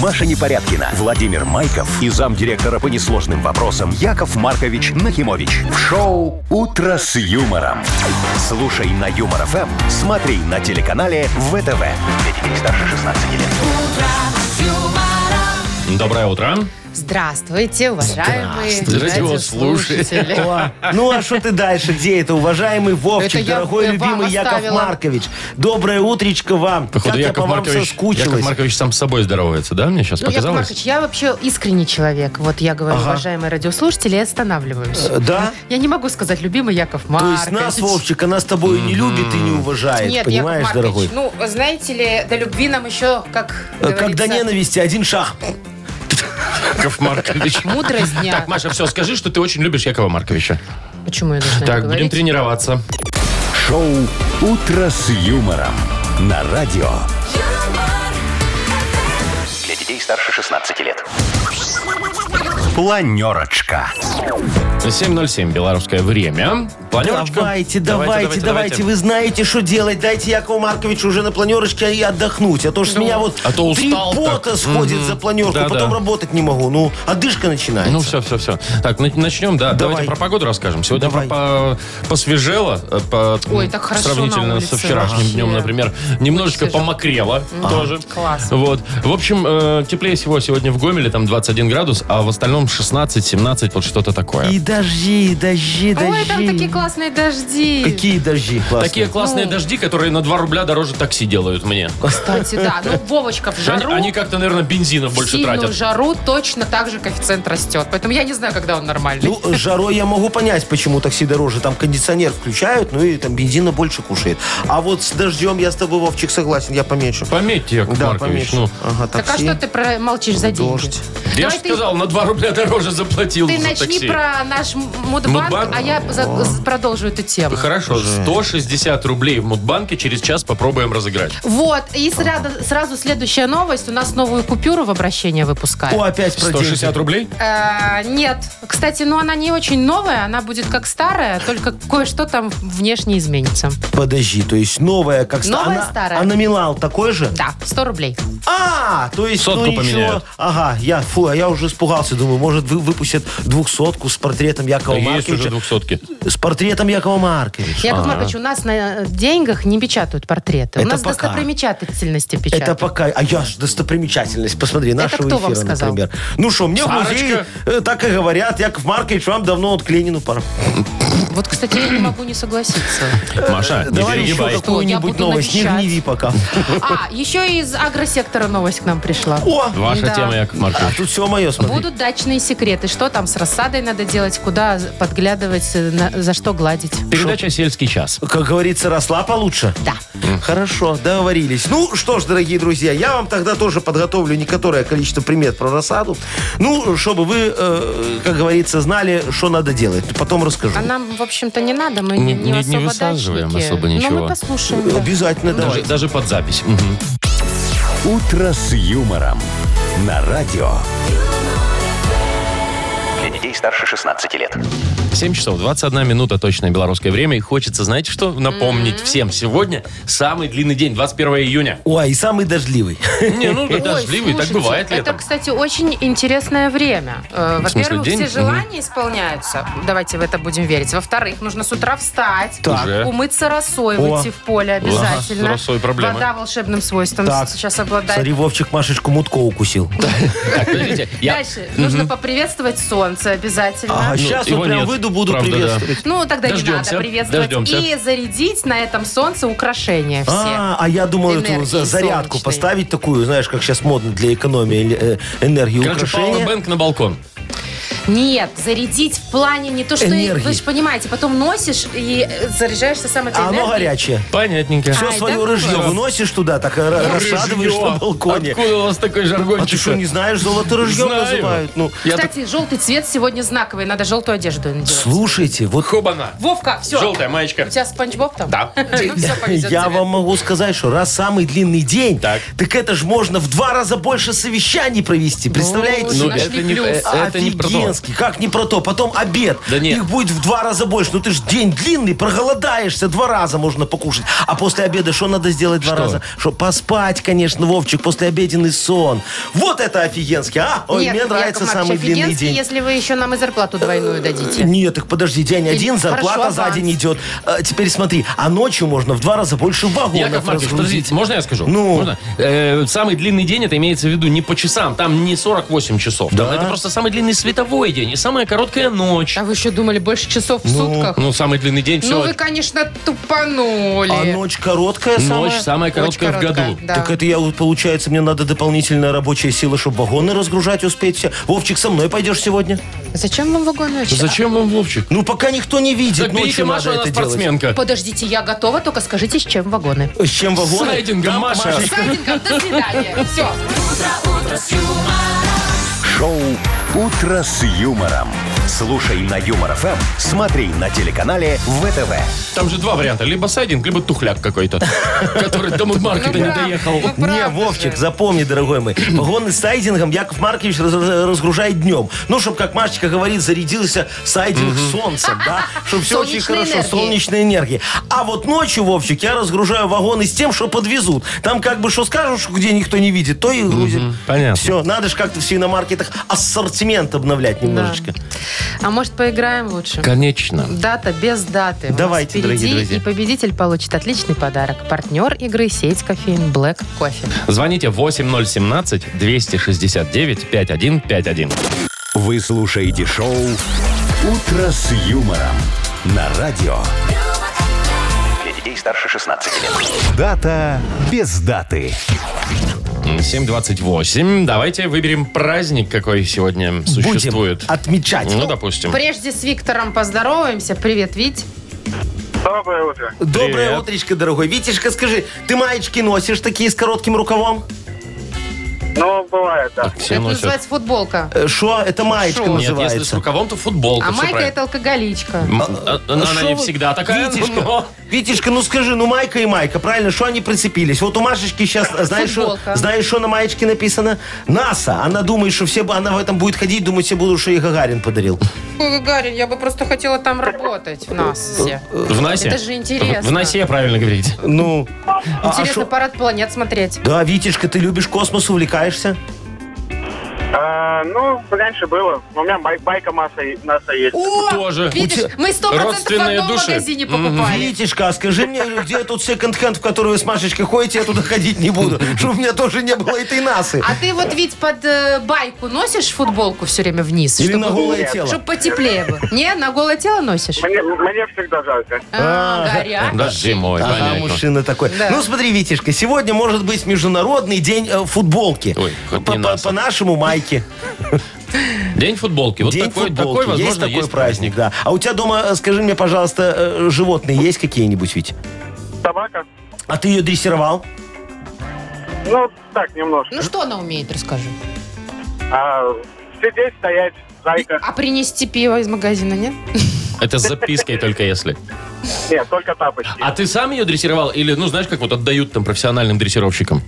Маша Непорядкина, Владимир Майков и замдиректора по несложным вопросам Яков Маркович Нахимович. В шоу «Утро с юмором». Слушай на Юмор ФМ, смотри на телеканале ВТВ. детей старше 16 лет. Доброе утро. Здравствуйте, уважаемые Здравствуйте, радиослушатели. О, ну а что ты дальше? Где это, уважаемый Вовчик, Это я, дорогой э, вам любимый Яков оставила. Маркович? Доброе утречко вам. Походу, как я по Яков, вам Маркович, Яков соскучилась. Маркович сам с собой здоровается, да, мне А сейчас Ну, Яков показалось? Маркович, я вообще искренний человек. Вот я говорю, уважаемые радиослушатели, я останавливаюсь. Э, Да? Я не могу сказать, любимый Яков То Маркович. есть нас, Вовчик, она с тобой не любит и не уважает, Нет, понимаешь, Яков дорогой? Маркович, ну, знаете ли, до любви нам еще, как Э, Как говорится, до ненависти один шаг. Яков Маркович. мудрость дня. Так, Маша, все, скажи, что ты очень любишь Якова Марковича. Почему я должна Так, это будем говорить? тренироваться. Шоу «Утро с юмором» на радио. Для детей старше 16 лет. Планерочка. 7.07, белорусское время. Планерочка. Давайте, давайте, давайте, Вы знаете, что делать. Дайте Якову Марковичу уже на планерочке и отдохнуть. А то Ну. ж с меня вот А то три устал так. пота сходит за планерку, Да-да. потом работать не могу. Ну, отдышка начинается. Ну все, все, все. Так, на- начнем, да. Давайте Давай. про погоду расскажем. Сегодня Давай. по- посвежело, э, по- Ой, так хорошо сравнительно на улице со вчерашним вообще. днем, например, немножечко Очень свежо. помокрело тоже. класс. Вот. В общем, э, теплее всего сегодня в Гомеле, там 21 градус, а в остальном 16-17, вот что-то такое. И дожди, и дожди, дожди. Ой, там такие классные дожди. Какие дожди классные. Такие классные Ну. дожди, которые на 2 рубля дороже такси делают мне. Кстати, да. Ну, Вовочка в Они, жару. они как-то, наверное, бензина в больше сильную тратят. жару точно так же коэффициент растет. Поэтому я не знаю, когда он нормальный. Ну, жарой я могу понять, почему такси дороже. Там кондиционер включают, ну и там бензина больше кушает. А вот с дождем я с тобой, Вовчик, согласен, я помечу. Пометьте, Яков да, Маркович, помечу. ну. Ага, так а такси. что ты про- молчишь за деньги? Дождь. Я Давай же ты- сказал, на 2 рубля дороже заплатил Ты за начни такси. про наш м- Мудбанк, Мудбанк? а я за- с- продолжу эту тему. Хорошо, 160 рублей в Мудбанке через час попробуем разыграть. Вот, и сразу, сразу следующая новость. У нас новую купюру в обращение О, выпускают. опять про 160 деньги. рублей? Э, нет. Кстати, ну она не очень новая, она будет как старая, только кое-что там внешне изменится. Подожди, то есть новая, как ста- Новая, она- старая. А номинал такой же? Да, 100 рублей. А, то есть, Сотку ну ничего. поменяют. Ага, я, фу, а я уже испугался, думаю, может, вы, выпустят двухсотку с портретом Якова Есть уже Марковича. двухсотки. С портретом Якова Марковича. Яков Маркович, у нас на э, деньгах не печатают портреты. у А. Это нас пока. достопримечательности печатают. Это пока. А я ж достопримечательность. Посмотри, нашего кто вам эфира, сказал? например. Ну что, мне Сарочка? в музее э, так и говорят. Яков Маркович, вам давно вот к Ленину пора. Вот, кстати, я не могу не согласиться. Маша, не Э, Давай еще перегибай. Я какую-нибудь буду новость. Не навещать. гниви пока. А, еще и из агросектора новость к нам пришла. О! Ваша Да. тема, Яков А Маркович. тут все мое, смотри. Будут дачные секреты. Что там с рассадой надо делать, куда подглядывать, э, на- за что гладить. Передача «Сельский час». Как говорится, росла получше. Да. Хорошо, договорились. Ну что ж, дорогие друзья, я вам тогда тоже подготовлю некоторое количество примет про рассаду. Ну, чтобы вы, э, как говорится, знали, что надо делать. Потом расскажу. А нам, в общем-то, не надо. Мы Не- не- не, не особо высаживаем дачники. особо Но ничего. Э, мы послушаем. да. Обязательно, давай. Даже, даже под запись. Мгм. «Утро с юмором» на радио. Для детей старше 16 лет. 7 часов 21 минута точное белорусское время. И хочется, знаете что, напомнить всем. Сегодня самый длинный день, 21 июня. Ой, и самый дождливый. Не, ну, Ой, дождливый, так слушайте, бывает Это, летом. кстати, очень интересное время. Э, В смысле, Во-первых, день? все Мгм. желания исполняются. Давайте в это будем верить. Во-вторых, нужно с утра встать, Так. Уже. умыться росой, выйти в поле обязательно. Ага, с росой проблемы. Вода волшебным свойством Так. сейчас обладает. Смотри, Вовчик Машечку Мутко укусил. Так, подождите, я... Дальше нужно поприветствовать солнце обязательно. А Ну, сейчас его вот прям нет. выйду, буду Правда, да. приветствовать. Ну, тогда не Дождемся, надо приветствовать. дождемся. И зарядить на этом солнце украшения все. А, а я думал, эту Энергии за- зарядку солнечной. поставить такую, знаешь, как сейчас модно для экономии э, энергии Короче, украшения. пауэрбэнк на балкон. Нет, зарядить в плане не то, что... Энергии. Вы же понимаете, потом носишь и э, заряжаешься сам этой А оно энергией. горячее. Понятненько. Все Ай, свое да рыжье класс. выносишь туда, так э, Ну, рассадываешь Рыжье. на балконе. Откуда у вас такой жаргончик? А ты что, не знаешь, золото рыжье Знаю. называют? Ну, Я так- Кстати, желтый цвет сегодня знаковый. Надо желтую одежду надевать. слушайте, вот Хобана. Вовка, все. Желтая маечка. У тебя спанч Боб там? Да. Ну, все, повезет я тебе. вам могу сказать, что раз самый длинный день, Так. так, это же можно в два раза больше совещаний провести, представляете? Ну, Ну, Нашли это не, плюс. э, это не про то. Ленинский. Как не про то? Потом обед. Да нет. Их будет в два раза больше. Ну ты ж день длинный, проголодаешься, два раза можно покушать. А после обеда что надо сделать два Что? раза? Что, поспать, конечно, Вовчик, после обеденный сон. Вот это офигенский, а? Ой, Нет, мне Яков нравится Маркович, самый длинный офигенский, день. Ну, если вы еще нам и зарплату двойную дадите. Нет, так подожди, день один, Хорошо, зарплата за аванс. день идет. А, теперь смотри, а ночью можно в два раза больше вагонов Яков Маркович, разгрузить. подождите, можно я скажу? Ну. Можно? Э, самый длинный день, это имеется в виду не по часам, там не 48 часов. Там это просто самый длинный световой день и самая короткая ночь. А вы еще думали, больше часов в сутках? Ну, самый длинный день, все. Ну, вы, конечно, тупанули. А ночь короткая самая? Ночь самая короткая в короткая, году. да. Так это я, вот, получается, мне надо дополнительная рабочая сила, чтобы вагоны разгружать успеть все. Вовчик, со мной пойдешь сегодня? Зачем вам вагон ночи? Зачем вам Вовчик? Ну, пока никто не видит, Так берите ночью Машу, надо она это делать. спортсменка. Подождите, я готова, только скажите, с чем вагоны. С чем С вагоны? Сайдингом, Маша. С рейтингом, до свидания. Все. Шоу «Утро с юмором». Слушай на Юмор ФМ, смотри на телеканале ВТВ. Там же два варианта. Либо сайдинг, либо тухляк какой-то, который до мудмаркета не правда, доехал. ну Не, правда Вовчик, же. запомни, дорогой мой, вагоны с сайдингом Яков Маркович раз- разгружает днем. Ну, чтобы, как Машечка говорит, зарядился сайдинг солнцем, да? Чтобы все очень Солнечной хорошо, энергией. солнечной энергии. А вот ночью, Вовчик, я разгружаю вагоны с тем, что подвезут. Там как бы что скажешь, где никто не видит, то и грузит. понятно. Все, надо же как-то в синомаркетах ассортимент обновлять немножечко. А может, поиграем лучше? Конечно. Дата без даты. У нас Давайте, впереди, дорогие друзья. И победитель получит отличный подарок. Партнер игры сеть кофеин Black Кофе. Звоните 8017-269-5151. Вы слушаете шоу «Утро с юмором» на радио. Для детей старше 16 лет. Дата без даты. 728. Давайте выберем праздник, какой сегодня существует. Будем А отмечать. Ну, допустим. Прежде с Виктором поздороваемся. Привет, Вить. Доброе утро. Доброе Привет. утречко, дорогой. Витишка, скажи, ты маечки носишь такие с коротким рукавом? Ну, бывает, да. Все это носят. называется футболка. Э, Шо, это маечка Шо? Нет, называется. если с рукавом, то футболка. А всё майка правильно. это алкоголичка. М, а- Она Шо не вы- всегда такая, Витишка, но- Витишка, ну скажи, ну майка и майка, правильно, что они прицепились? Вот у Машечки сейчас, знаешь, что, Футболка. знаешь, что на маечке написано? НАСА. Она думает, что все, бу- она в этом будет ходить, думает, все будут, что ей Гагарин подарил. Ой, Гарин, я бы просто хотела там работать в нас все. в носе. Это же интересно. В носе, правильно говорить. Ну, а- а Интересно шо- парад планет смотреть. Да, Витишка, ты любишь космос, увлекаешься? А, ну, раньше было. У меня бай- байка масса и- НАСА есть. О, Тоже. видишь, У тебя мы сто процентов в родственные одном души. магазине покупали. Витишка, а скажи мне, где тут секонд-хенд, в который вы с Машечкой ходите, я туда ходить не буду, чтобы у меня тоже не было этой НАСы. А ты вот, Вить, под э, байку носишь футболку все время вниз? Или чтобы- на голое тело. Чтоб потеплее было. Не, на голое тело носишь? Мне, мне всегда жалко. А, Да, горячий. зимой, Ага, понятно. мужчина такой. Да. Ну, смотри, Витишка, сегодня может быть международный день э, футболки. Ой, хоть не По- по- нас. По-нашему майки. День футболки. Вот день такой, футболки. такой, возможно, есть такой праздник, да. А у тебя дома, э, скажи мне, пожалуйста, э, животные есть какие-нибудь, Вить? Собака? А ты ее дрессировал? Ну, так, немножко. Ну что она умеет, расскажи. А, сидеть, стоять, зайка. А принести пиво из магазина, нет? Это с запиской только если. Нет, только тапочки. А ты сам ее дрессировал? Или, ну, знаешь, как вот отдают там профессиональным дрессировщикам?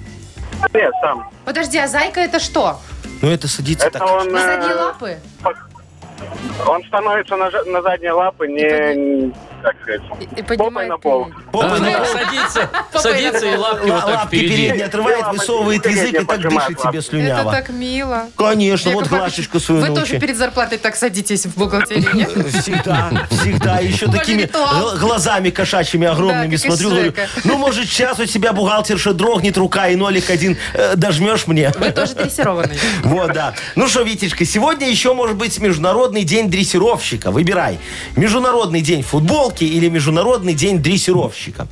Нет, сам. Подожди, а зайка это что? Ну, это садится Это так. он... На э, задние лапы? Он становится на, ж- на задние лапы, не... Как сказать? И- и Попой на поднимает пол. вверх. Попа Да, на да, пол. А, ну, садится, Попой садится и лапки Л- вот так Лапки впереди. передние отрывает, Лапки высовывает передние язык и так поджимает дышит лапки. тебе Это слюняво. так мило. Конечно, Яков вот Маркович, Глашечку свою Вы научи. тоже перед зарплатой так садитесь в бухгалтерии, нет? Всегда, всегда. Еще Боже, такими ритуал. гл- глазами кошачьими огромными Да, как из смотрю. говорю, Шрека. ну, может, сейчас у тебя бухгалтерша дрогнет рука и нолик один э, дожмешь мне. Вы тоже дрессированные. Вот, да. Ну что, Витечка, сегодня еще может быть Международный день дрессировщика. Выбирай. Международный день футболки или Международный день дрессировщика.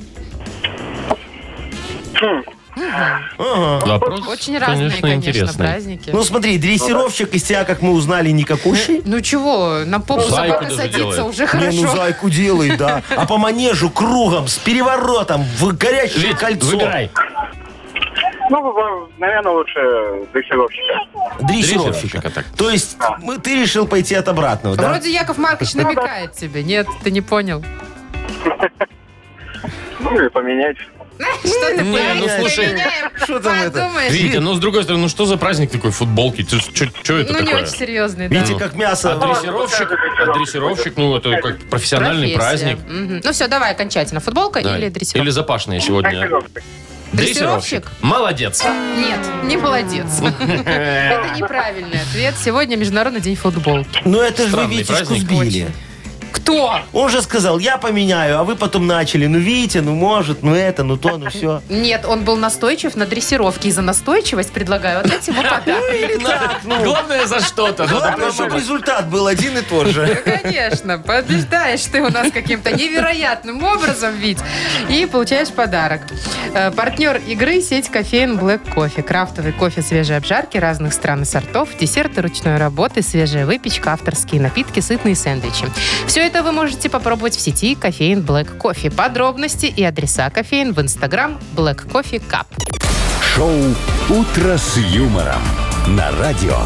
Вопрос, Очень разные, конечно, интересный. праздники. Ну смотри, дрессировщик из тебя, как мы узнали, никакущий. Ну чего, на попу Зайку собака даже садится, делает. уже Не, ну хорошо. зайку делай, да. А по манежу кругом, с переворотом, в горячее Вить, кольцо. выбирай. Ну, в- наверное, лучше дрессировщика. Дрессировщика. Дрессировщика, так. То есть мы, ты решил пойти от обратного, да? Вроде Яков Маркович Ну намекает тебе. Нет, ты не понял. Ну, или поменять. Что ты Не, поменяешь? ну, слушай, Поменяем. что там это? Подумаешь. Витя, ну, с другой стороны, ну, что за праздник такой футболки? Что это Ну, не такое? очень серьезный, да. Видите, как мясо. А дрессировщик, а дрессировщик, ну, это как профессиональный праздник. Профессия. Мгм. Ну все, давай окончательно. Футболка Да. или Или дрессировка? запашные сегодня. Дрессировщик? Молодец. Нет, не молодец. Это неправильный ответ. Сегодня Международный день футболки. Ну это же вы Странный Витечку праздник. сбили. Кто? Он же сказал, я поменяю, а вы потом начали. Ну, видите, ну, может, ну, это, ну, то, ну, все. Нет, он был настойчив на дрессировке. И за настойчивость предлагаю отдать ему подарок. Ну, Главное за что-то. да, ну, Главное, чтобы добровольно. результат был один и тот же. Ну, Конечно, побеждаешь ты у нас каким-то невероятным образом, Вить, и получаешь подарок. Э, Партнер игры – сеть кофеин Black Coffee. Крафтовый кофе свежей обжарки разных стран и сортов, десерты ручной работы, свежая выпечка, авторские напитки, сытные сэндвичи. Все это вы можете попробовать в сети кофеин Black Coffee. Подробности и адреса кофеин в Instagram Black Coffee Cup. Шоу «Утро с юмором» на радио. юмор,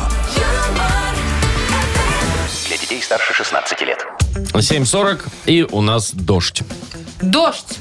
Для детей старше 16 лет. 7.40, и у нас дождь. Дождь.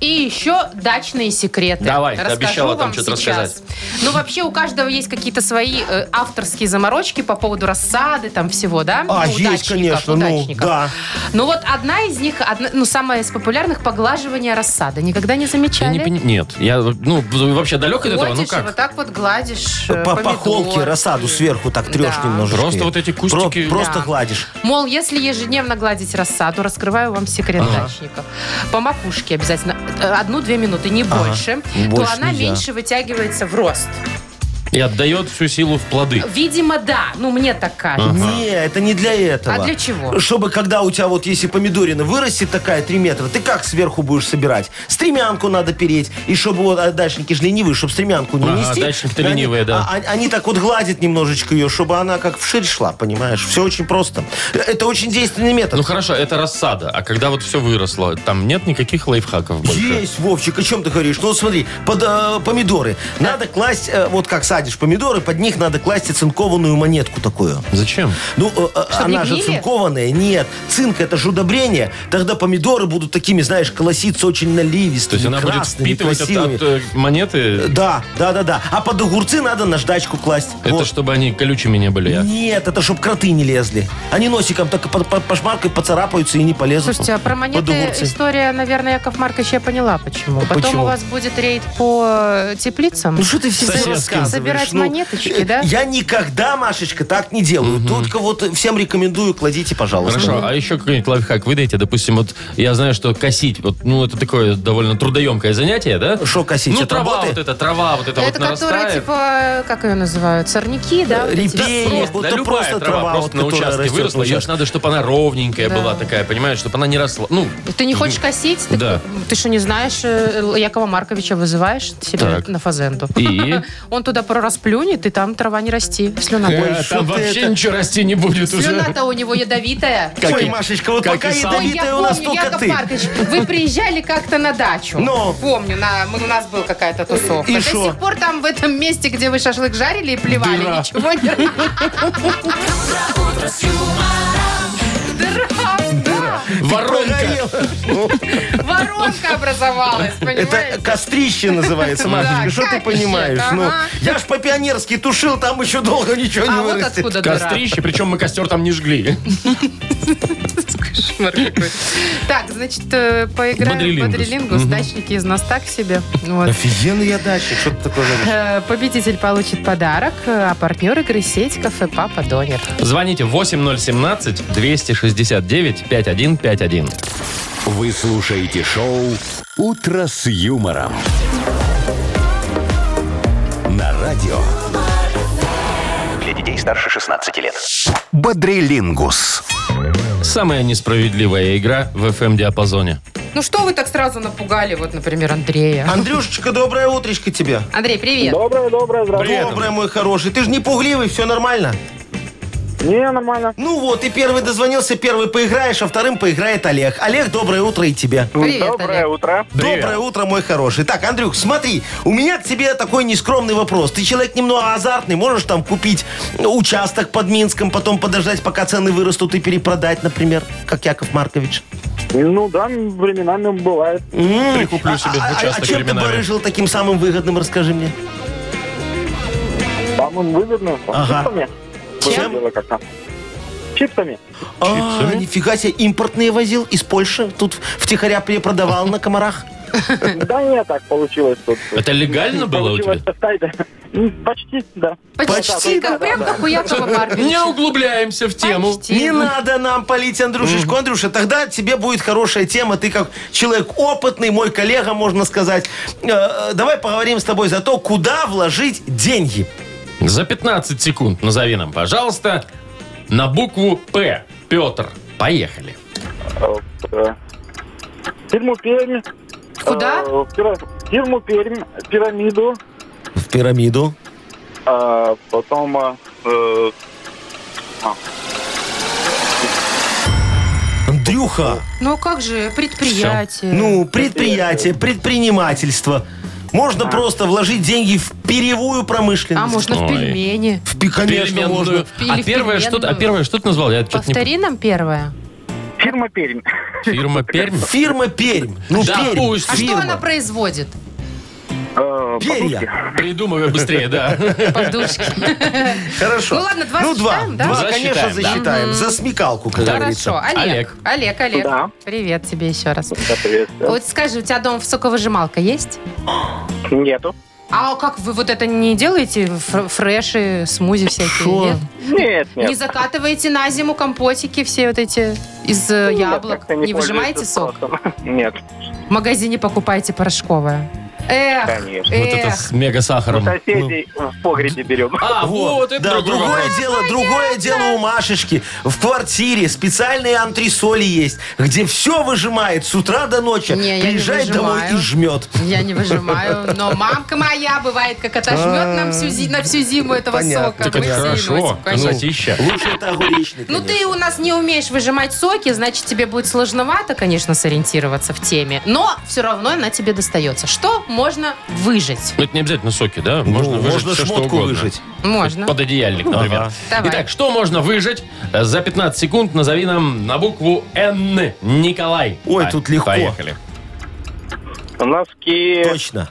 И еще дачные секреты. Давай, ты Расскажу обещала там вам что-то сейчас. рассказать. Ну, вообще, у каждого есть какие-то свои э, авторские заморочки по поводу рассады, там всего, да? А, Ну, есть, удачников, конечно, ну, удачников. да. Ну, вот одна из них, одна- ну, самая из популярных, поглаживание рассады. Никогда не замечали? Я не пони- Нет, я ну, вообще далек от этого, ну Ходишь и вот как? так вот гладишь э, По, по помидор. холке рассаду сверху так трешь Да. немножко. Просто вот эти кустики. просто Да. гладишь. Мол, если ежедневно гладить рассаду, раскрываю вам секрет дачников. По макушке обязательно э, одну-две минуты, не Ага. больше, Больше то она нельзя. меньше вытягивается в рост. И отдает всю силу в плоды. Видимо, да. Ну, мне так кажется. Не, это не для этого. А для чего? Чтобы когда у тебя вот если помидорина вырастет такая 3 метра, ты как сверху будешь собирать? Стремянку надо переть. И чтобы вот а дачники же ленивые, чтобы стремянку не Ага, нести. дачники-то они- ленивые, да. а- а- они так вот гладят немножечко ее, чтобы она как вширь шла, понимаешь? Все очень просто. Это очень действенный метод. Ну хорошо, это рассада. А когда вот все выросло, там нет никаких лайфхаков больше. Есть, Вовчик, о чем ты говоришь? Ну, вот смотри, под э, помидоры. Надо класть, э, вот как садишь помидоры, под них надо класть оцинкованную монетку такую. Зачем? Ну, э, э, Чтоб она не же гнили? цинкованная. Нет, цинк это же удобрение. Тогда помидоры будут такими, знаешь, колоситься очень То наливистыми, есть она будет красными, впитывать от, красивыми. от, э, монеты. Да, да, да, да. А под огурцы надо наждачку класть. Это Вот. чтобы они колючими не были. а? Нет, это чтобы кроты не лезли. Они носиком так по, по, пошмаркой поцарапаются и не полезут. Слушайте, а про Под монеты огурцы. история, наверное, Яков Маркович, я поняла, почему. Потом почему? у вас будет рейд по э, теплицам. Ну что ты всегда Соседским. рассказываешь? Собирать Ну, монеточки, да? Я никогда, Машечка, так не делаю. Только вот всем рекомендую, кладите, пожалуйста. Хорошо, а еще какой-нибудь лайфхак выдайте. Допустим, вот я знаю, что косить, вот, ну, это такое довольно трудоемкое занятие, да? Шо косить, Ну, от трава работы? вот эта, трава вот а эта Это вот нарастает. которые, типа, как ее называют, сорняки, да? вот эти Репей. все? Просто, вот да, это любая просто трава, трава, просто вот, на которая ну, участке растет выросла. на Ее ж участке. надо, чтобы она ровненькая Да. была такая, понимаешь, чтобы она не росла. Ну, Ты не хочешь косить? Ты, Да. ты что, не знаешь, э, Якова Марковича вызываешь себе Так. на фазенду? И? Он туда пару раз плюнет, и там трава не расти. Слюна. э, будет. там что ты вообще это? ничего расти не будет уже. Слюна-то у него ядовитая. Ой, Машечка, вот как пока и сам. Ой, я ядовитая у нас помню, только Яков ты. Маркович, вы приезжали как-то на дачу. Ну? Помню, на, мы- у нас была какая-то тусовка. И До шо? сих пор там в этом месте, где вы шашлык жарили и плевали, Дыра. ничего не... утро с юмором, Дыра, да. Воронка. Воронка образовалась, понимаете? Это кострище называется, Да, Машечка. Что ты капище, понимаешь? Ну, ага. я ж по-пионерски тушил, там еще долго ничего не А вот вырастет. откуда дыра. Кострище, причем мы костер там не жгли. Кошмар какой. Так, значит, э, поиграем в Бодрилингус. бодрилингус. Дачники из нас так себе. Э, Вот. Офигенный я дачник, что ты такое говоришь? Э, Победитель получит подарок, э, а партнер игры сеть кафе «Папа Донер». Звоните 8017-269-5151. Вы слушаете шоу «Утро с юмором». На радио Для детей старше 16 лет. «Бодрилингус». Самая несправедливая игра в эм FM-диапазоне. Ну что вы так сразу напугали, вот, например, Андрея? Андрюшечка, доброе утречко тебе. Андрей, привет. Доброе, доброе, здравствуйте. Привет, Доброе, мой хороший. Ты же не пугливый, все нормально? Не, нормально. Ну вот, и первый дозвонился, первый поиграешь, а вторым поиграет Олег. Олег, доброе утро и тебе. Привет, доброе Олег. утро. Привет. Доброе утро, мой хороший. Так, Андрюх, смотри, у меня к тебе такой нескромный вопрос. Ты человек немного азартный, можешь там купить участок под Минском, потом подождать, пока цены вырастут и перепродать, например, как Яков Маркович. Ну да, временами бывает. Прикуплю себе А- а- участок а чем ты временами. барыжил таким самым выгодным, расскажи мне? Самым выгодным Ага. чипсами. Было Чем? дело как-то. Чипсами. А, нифига себе, импортные возил из Польши. Тут втихаря перепродавал на комарах. Да не так получилось тут. Это легально было у тебя? Получилось составить, да. Ну, Почти, да. Почти, как, да, прям да, как у Якова Не Марковича. углубляемся в тему. Почти. Не надо нам палить, Андрюшечку, Андрюша, тогда тебе будет хорошая тема. Ты как человек опытный, мой коллега, можно сказать. Э, э, Давай поговорим с тобой за то, куда вложить деньги. За 15 секунд назови нам, пожалуйста, на букву «П». Петр, поехали. Вот, э, Фирму Пермь. Куда? э, пира- Фирму Пермь, пирамиду, В пирамиду. а потом... э, э, Андрюха, Ну как же, предприятие. ну, предприятие, предпринимательство. Можно просто вложить деньги в перьевую промышленность. А можно в Ой. пельмени. В пи- конечно, Переменную. можно. А Или в первое, что, ты- а переменную. первое, что ты назвал? Я что-то не... Повтори нам первое. Фирма Пермь. Фирма Пермь. Фирма Пермь. Ну, Да, Пермь. пусть. А что фирма. она производит? Э, Перья. Придумывай быстрее, да. Подушки. Хорошо. Ну ладно, два Ну, два, считаем, да? два, Засчитаем, конечно, да. засчитаем. За смекалку, как говорится. Хорошо. Олег. Олег, Олег. Да. Привет тебе еще раз. Да, привет. Вот скажи, у тебя дома в соковыжималка есть? Нету. А как вы вот это не делаете? Фр- Фреши, смузи всякие? Шо? Нет? Нет, Не нет. закатываете на зиму компотики все вот эти из э, яблок? как-то Не, пользуюсь выжимаете сок? спросом. Нет, В магазине покупаете порошковое. Эх, конечно. Вот Э. это с мега У сахаром. соседей в погребе берем. А, вот, это да, другой другое вопрос. дело, другое дело у Машечки. В квартире специальные антресоли есть, где все выжимает с утра до ночи. Не, я не Приезжает домой и выжимаю. жмет. Я не выжимаю, но мамка моя бывает, как отожмет нам всю, зи- на всю зиму этого Понятно, сока. Так Мы это все хорошо. Ну, носим, Ну. конечно. Красотища. Лучше это огуречный, Ну ты у нас не умеешь выжимать соки, значит тебе будет сложновато, конечно, сориентироваться в теме, но все равно она тебе достается. Что можно выжить? Ну, это не обязательно соки, да? Можно Ну, выжать можно все, что шмотку угодно. выжать. Ну, Можно. Под одеяльник, например. Ага. Ну. Давай. Итак, что можно выжать? Э, За 15 секунд назови нам на букву Н. Николай. Ой, По- тут легко. Поехали. Носки, Точно.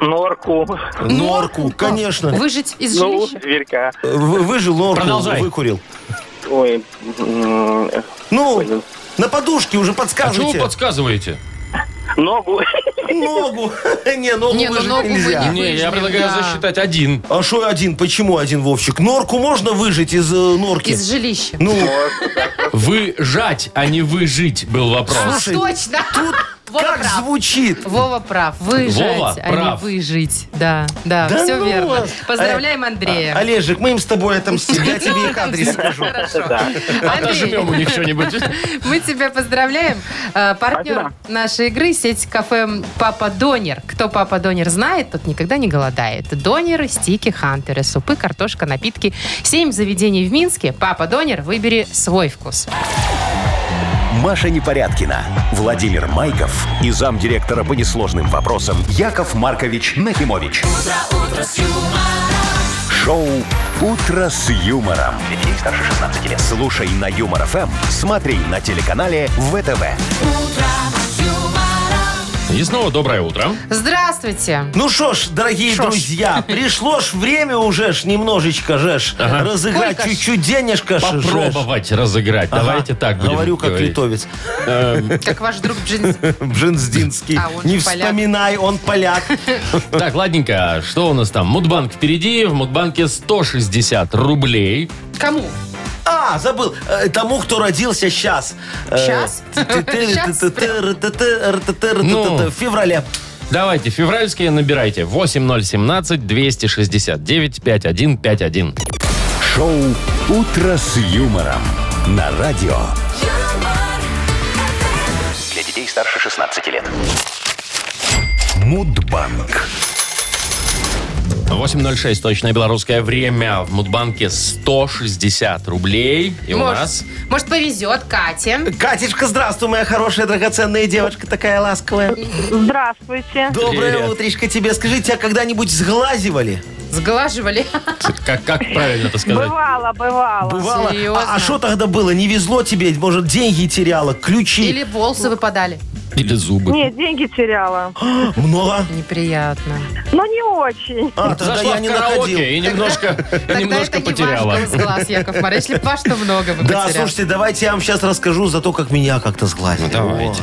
норку, Норку, конечно. Э, Выжить из ну, жилища? зверька. Вы- Выжил норку, Продолжай. выкурил. Ой, м, э, Ну, на подушке уже А что вы подсказывайте. подсказываете? ногу. Ногу. Не, ногу Не, ну выжать ногу мы нельзя. не- Не, я выжмем, предлагаю да. засчитать один. А что один? Почему один, Вовчик? Норку можно выжить из э, норки? Из жилища. Ну, Выжать, а не выжить был вопрос. слушай, А, Точно! тут Вова как прав. звучит? Вова прав. Выжить, Вова а не прав. выжить. Да, да, Да все ну верно. вас. Поздравляем Андрея. А- Олежек, мы им с тобой отомстим. Я тебе их адрес скажу. Хорошо. А Отожмем у них что-нибудь. Мы тебя поздравляем. Э, Партнер Спасибо. нашей игры – сеть кафе «Папа Донер». Кто «Папа Донер» знает, тот никогда не голодает. Донеры, стики, хантеры, супы, картошка, напитки. Семь заведений в Минске. «Папа Донер» выбери свой вкус. Маша Непорядкина, Владимир Майков и замдиректора по несложным вопросам Яков Маркович Нахимович. Шоу Утро с юмором. Для детей старше 16 лет. Слушай на юмор ФМ, смотри на телеканале ВТВ. И снова доброе утро. Здравствуйте. Ну что ж, дорогие друзья, пришло ж время уже ж немножечко жеш разыграть Сколько ж? чуть-чуть денежка ж, жеш. Попробовать разыграть. Ага. Давайте так будем Говорю, как говорить. литовец. Как ваш друг Джинс. Бженздинский. А, он Не же поляк. вспоминай, он поляк. Так, ладненько, а что у нас там? Мудбанк впереди, в Мудбанке 160 рублей. Кому? А, забыл. Э, Тому, кто родился сейчас. Щас? Щас Ну. В феврале. Давайте, февральские набирайте. 8017-269-5151. Шоу Утро с юмором на радио. Для детей старше 16 лет. Мудбанк. 8.06, точное белорусское время. В Мудбанке 160 рублей. И у Может, нас... Может, повезет Катя. Катечка, здравствуй, моя хорошая, драгоценная девочка, такая ласковая. Здравствуйте. Доброе Привет. утречко тебе. Скажи, тебя когда-нибудь а сглазивали? Сглаживали. Как, как правильно это сказать? Бывало, бывало. Бывало. серьезно? А что тогда было? Не везло тебе? Может, деньги теряла, ключи? Или волосы выпадали. Или зубы. Нет, деньги теряла. Много? Неприятно. Но не очень. А, тогда Зашла я в не караоке находил. и немножко, и немножко это не ваш потеряла. был сглаз, Яков Маркович. Если бы ваш, то много бы Да, потерял. слушайте, давайте я вам сейчас расскажу за то, как меня как-то сгладили. Ну, давайте.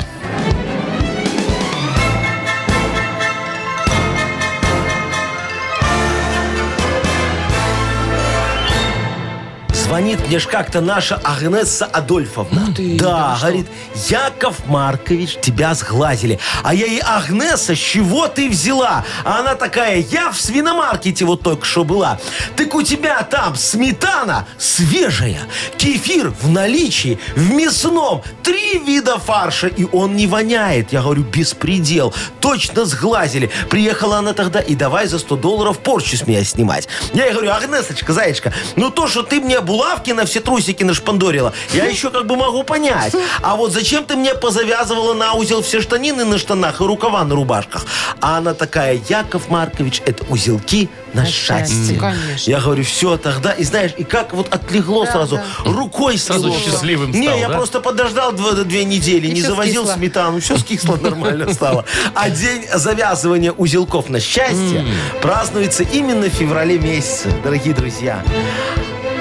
О. Звонит мне ж как-то наша Агнесса Адольфовна. да, говорит, Яков Маркович, тебя сглазили. А я ей, Агнеса, с чего ты взяла? А она такая, я в свиномаркете вот только что была. Так у тебя там сметана свежая, кефир в наличии, в мясном, три вида фарша, и он не воняет. Я говорю, беспредел, точно сглазили. Приехала она тогда, и давай за 100 долларов порчу с меня снимать. Я ей говорю, Агнесочка, зайчка, ну то, что ты мне булавки на все трусики нашпандорила, я еще как бы могу понять. А вот зачем ты мне позавязывала на узел все штанины на штанах и рукава на рубашках? А она такая, Яков Маркович, это узелки на счастье. Ну, конечно. Я говорю, все, тогда, и знаешь, и как вот отлегло сразу, рукой Сразу сняло всё. счастливым Не, стал, я да? просто подождал дв- две недели, И не всё завозил скисло. сметану, все скисло нормально стало. А день завязывания узелков на счастье празднуется именно в феврале месяце, дорогие друзья.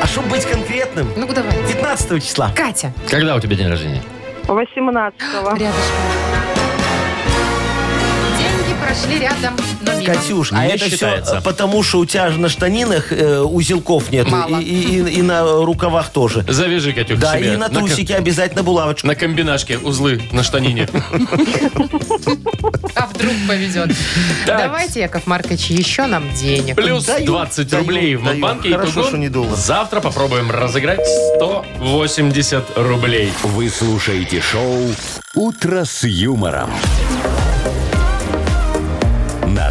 А чтобы быть конкретным, Ну-ка Ну, давай. 15 числа. Катя, Когда у тебя день рождения? 18-го. рядышком. Деньги прошли рядом, но мимо. Катюш, Не а это считается. все потому, что у тебя же на штанинах э, узелков нету, Мало. и, и- и- и на рукавах тоже. Завяжи, Катюх, Да, себе и на ком- трусике обязательно булавочку. На комбинашке узлы на штанине. А вдруг повезет. Так. Давайте, Яков Маркович, еще нам денег. Плюс Даю, 20 даю, рублей в даю. Мудбанке. Хорошо, Итого что не доллар. Завтра попробуем разыграть 180 рублей. Вы слушаете шоу «Утро с юмором». На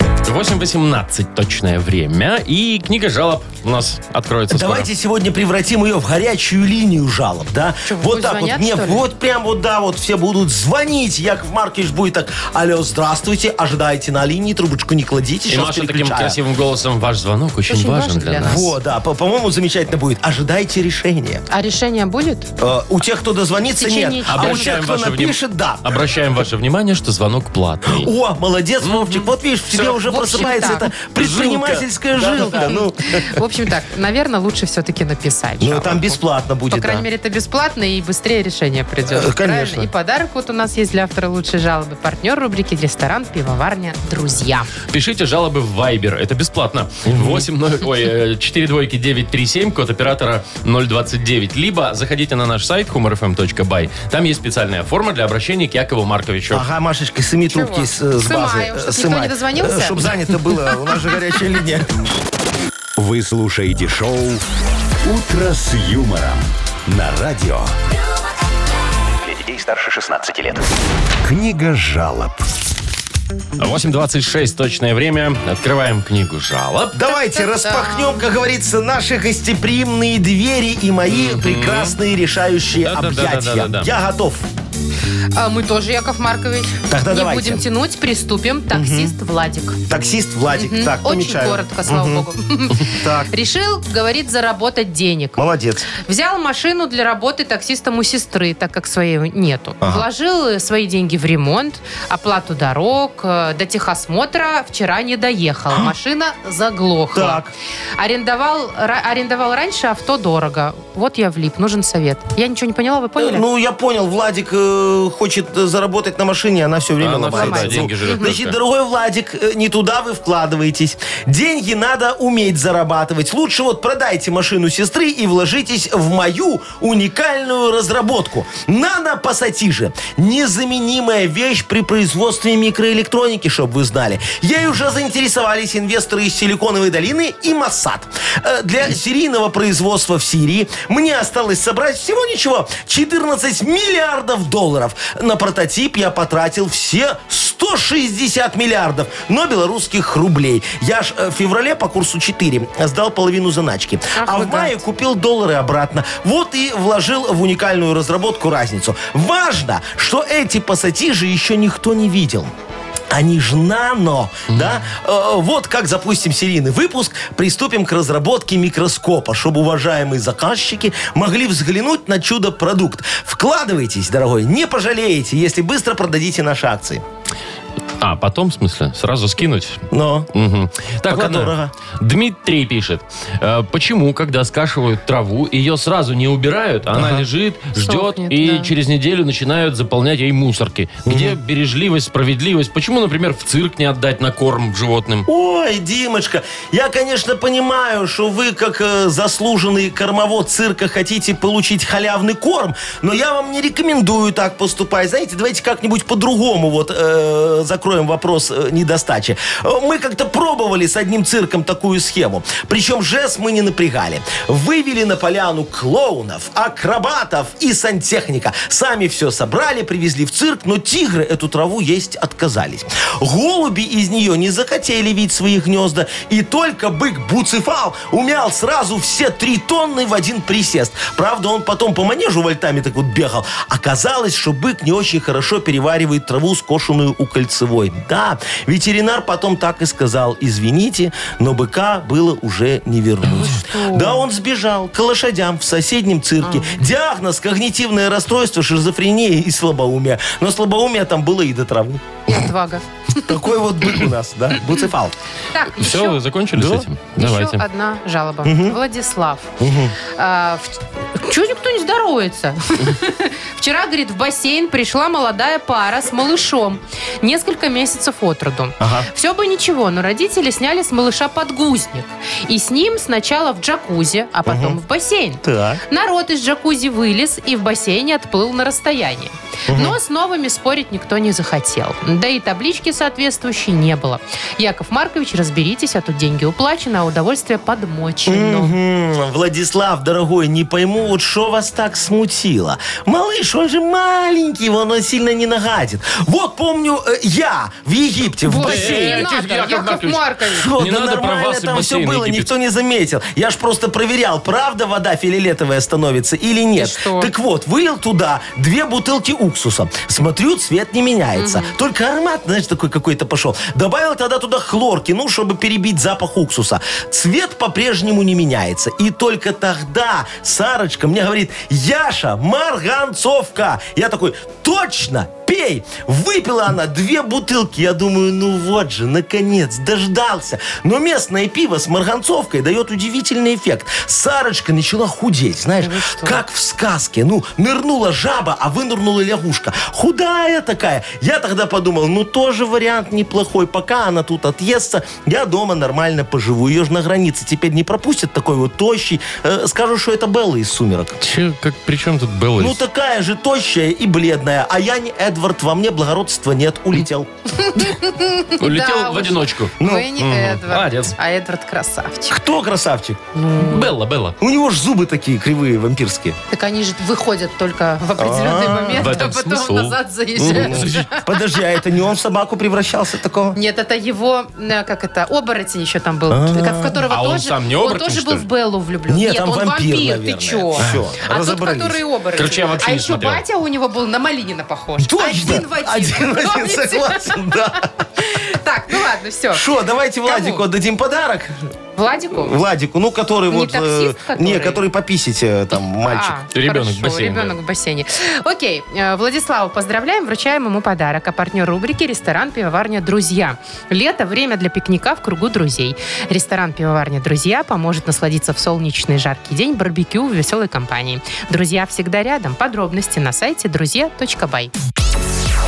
8.18 точное время. И книга жалоб у нас откроется скоро. Ну, Давайте сегодня превратим ее в горячую линию жалоб, да? Чё, вот пусть так звонят, вот. Мне что ли? вот прям вот, да, вот все будут звонить. Яков Маркович будет так, алло, здравствуйте, ожидаете на линии, трубочку не кладите, И щас Маша таким переключаю». красивым голосом. Ваш звонок очень, Очень важен для нас. Во, да, по- по-моему, замечательно будет. Ожидайте решения. А решение будет? Э, у тех, кто дозвонится, В течение нет. часа. А у Обращаем тех, кто ваше, вним- напишет, да. Обращаем ваше внимание, что звонок платный. О, молодец, Вовчик. Вот видишь, в тебе уже в общем, просыпается так. эта предпринимательская Жилка. жилка. Ну, В общем так, наверное, лучше все-таки написать. ну, жалобу. там бесплатно По будет, да. крайней мере, это бесплатно и быстрее решение придет. Э, конечно. Правильно? И подарок вот у нас есть для автора лучшей жалобы. Партнер рубрики «Ресторан, пивоварня, друзья». Пишите жалобы в Viber. Это бесплатно. 8, ноль- ой, э, 4 двойки 937, код оператора 029. Либо заходите на наш сайт humorfm.by. Там есть специальная форма для обращения к Якову Марковичу. Ага, Машечка, сыми Чего? трубки с, э, с Сымаю, базы. чтоб никто не дозвонился? Чтобы занято было, у нас же горячая линия. Вы слушаете шоу «Утро с юмором». На радио. Для детей старше 16 лет. Книга жалоб. 8.26 точное время. Открываем книгу жалоб. Давайте распахнем, как говорится, наши гостеприимные двери и мои прекрасные решающие Да-да-да-да-да-да. объятия. Я готов. А мы тоже, Яков Маркович. Тогда Не давайте. будем тянуть, приступим. Таксист Владик. Таксист Владик. М, Так, Очень помечаю. коротко, слава богу. Так, Решил, говорит, заработать денег. молодец. Взял машину для работы таксистом у сестры, так как своей нету. Вложил э, свои деньги в ремонт, оплату дорог, э, до техосмотра вчера не доехал. Машина заглохла. Так. Арендовал, ра- арендовал раньше авто дорого. Вот я влип, нужен совет. Я ничего не поняла, вы поняли? Э, Ну, я понял, Владик э, хочет э, заработать на машине, она все время Она всё, да, ломается. Ну, деньги жрет Значит, только. дорогой Владик, э, не туда вы вкладываетесь. Деньги надо уметь зарабатывать. Лучше вот продайте машину сестры и вложитесь в мою уникальную разработку. Нано пассатижи. Незаменимая вещь при производстве микроэлектроники, чтобы вы знали. Ей уже заинтересовались инвесторы из Силиконовой долины и Моссад. Э, Для серийного производства в Сирии мне осталось собрать всего ничего 14 миллиардов долларов. На прототип я потратил все 160 миллиардов, но белорусских рублей. Я ж э, в феврале по курсу 4 сдал половину заначки. Ах а вы в мае купил доллары обратно. Вот и вложил в уникальную разработку разницу. Важно, что эти пассатижи еще никто не видел. они же нано, да? Э, вот как запустим серийный выпуск, приступим к разработке микроскопа, чтобы уважаемые заказчики могли взглянуть на чудо-продукт. Вкладывайтесь, дорогой, не пожалеете, если быстро продадите наши акции. А, потом, в смысле, сразу скинуть? Но... Мгм. Так, Пока ладно. дорого. Дмитрий пишет. «Э, Почему, когда скашивают траву, ее сразу не убирают, а она лежит, ждет Сохнет, и да. через неделю начинают заполнять ей мусорки? Где бережливость, справедливость? Почему, например, в цирк не отдать на корм животным? Ой, Димочка, я, конечно, понимаю, что вы, как э, заслуженный кормовод цирка, хотите получить халявный корм, но я вам не рекомендую так поступать. Знаете, давайте как-нибудь по-другому вот э, закроем вопрос э, недостачи. Э, Мы как-то пробовали с одним цирком такую схему. Причем жест мы не напрягали. Вывели на поляну клоунов, акробатов и сантехника. Сами все собрали, привезли в цирк, но тигры эту траву есть отказались. Голуби из нее не захотели видеть свои гнезда, и только бык Буцефал умял сразу все три тонны в один присест. Правда, он потом по манежу вольтами так вот бегал. Оказалось, что бык не очень хорошо переваривает траву, скошенную у кольцевой. Да, ветеринар потом так и сказал, извините, но быка было уже не вернуть. Да, А он сбежал к лошадям в соседнем цирке. Диагноз – когнитивное расстройство, шизофрения и слабоумие. Но слабоумие там было и до травы. И отвага. Такой вот бык у нас, да, буцефал. Так, Все, еще- вы закончили Да. с этим? Еще Давайте. одна жалоба. Владислав. А, в- Чё никто не здоровается? Вчера, говорит, в бассейн пришла молодая пара с малышом. Несколько месяцев от роду. Все бы ничего, но родители сняли с малыша подгузник. И с ним сначала в джакузи, а потом в бассейн. Так. Народ из джакузи вылез и в бассейне отплыл на расстоянии. Но с новыми спорить никто не захотел. Да и таблички соответствующей не было. Яков Маркович, разберитесь, а тут деньги уплачены, а удовольствие подмочено. Мгм. Владислав, дорогой, не пойму, вот что вас так смутило. Малыш, он же маленький, он он сильно не нагадит. Вот помню, э, я в Египте, в Вот, бассейне. не Э, надо, тише, Яков Яков Маркович. Маркович. Всё, Не да надо про нормально вас и там все бассейн было, египетский. никто не заметил. Я ж просто проверял, правда вода филилетовая становится или нет. что? Так вот, вылил туда две бутылки уксуса. Смотрю, цвет не меняется. Только аромат, знаешь, такой какой-то пошел. Добавил тогда туда хлорки, ну, чтобы перебить запах уксуса. Цвет по-прежнему не меняется. И только тогда Сарочка мне говорит, Яша, марганцовка. Я такой, точно, пей. Выпила она две бутылки. Я думаю, ну вот же, наконец, дождался. Но местное пиво с марганцовкой дает удивительный эффект. Сарочка начала худеть, знаешь, как в сказке. Ну, нырнула жаба, а вынырнула лягушка. Худая такая. Я тогда подумал, ну тоже вариант неплохой. Пока она тут отъестся, я дома нормально поживу. Ее же на границе теперь не пропустят такой вот тощий. Э, скажу, что это Белла из «Сумерок». Че, как, при чем тут было? Ну такая же тощая и бледная. А я не Эдвард, во мне благородства нет, улетел. Улетел Да в уж. одиночку. Вы не Мгм. Эдвард, Молодец. а Эдвард красавчик. Кто красавчик? Белла, Белла. У него же зубы такие кривые, вампирские. Так они же выходят только в определенный момент, в а этом потом смысл. назад заезжают. Подожди, а это не он в собаку превращался такого? Нет, это его, э, как это, оборотень еще там был, как- в которого А он тоже, сам не он оборотень, тоже что был ли? в Беллу влюблен. Нет, там он вампир, вампир, наверное. ты чё? Всё, а тот, разобрались. который оборотень. Короче, я вообще а не еще смотрел. батя у него был на Малинина похож. Точно! Один в один. Один в один, Помните? согласен, да. Так, ну ладно, все. Шо, давайте Кому? Владику отдадим подарок. Владику? Владику, ну, который Не вот... э, таксист, который? Не, который пописить э, там мальчик. А, Ребенок хорошо, в бассейне, да. Ребенок в бассейне. Окей, э, Владиславу поздравляем, вручаем ему подарок. А партнер рубрики ресторан пивоварня «Друзья». Лето – время для пикника в кругу друзей. Ресторан пивоварня «Друзья» поможет насладиться в солнечный жаркий день барбекю в веселой компании. Друзья всегда рядом. Подробности на сайте друзья.бай.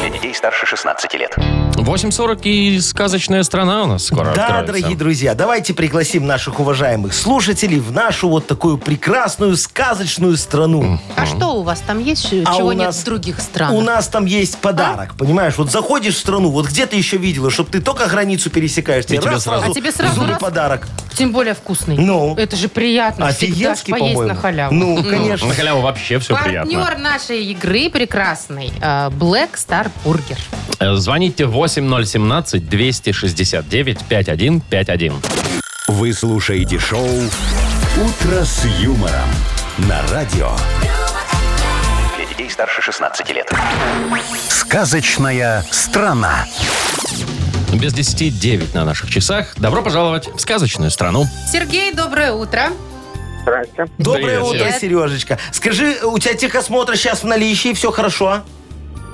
Для детей старше 16 лет. 8.40 и сказочная страна у нас скоро Да, откроется. дорогие друзья, давайте пригласим наших уважаемых слушателей в нашу вот такую прекрасную сказочную страну. А что у вас там есть, А чего у нет нас- в других странах? А? У нас там есть подарок, понимаешь? Вот заходишь в страну, вот где ты еще видела, чтобы ты только границу пересекаешь, тебе, тебе раз сразу- сразу, А тебе сразу зубы раз? подарок. Тем более вкусный. Ну. Это же приятно. всегда ж Офигенский, поесть по-моему. на халяву. Ну, М. конечно. На халяву вообще все приятно. Партнер нашей игры прекрасный. э, Black Star Burger. Э, Звоните 8017-269-5151. Вы слушаете шоу «Утро с юмором» на радио. Для старше 16 лет. Сказочная страна. Без 10 9 на наших часах. Добро пожаловать в сказочную страну. Сергей, доброе утро. Здрасте. Доброе Привет, утро, Сереж. Сережечка. Скажи, у тебя техосмотр сейчас в наличии, все хорошо?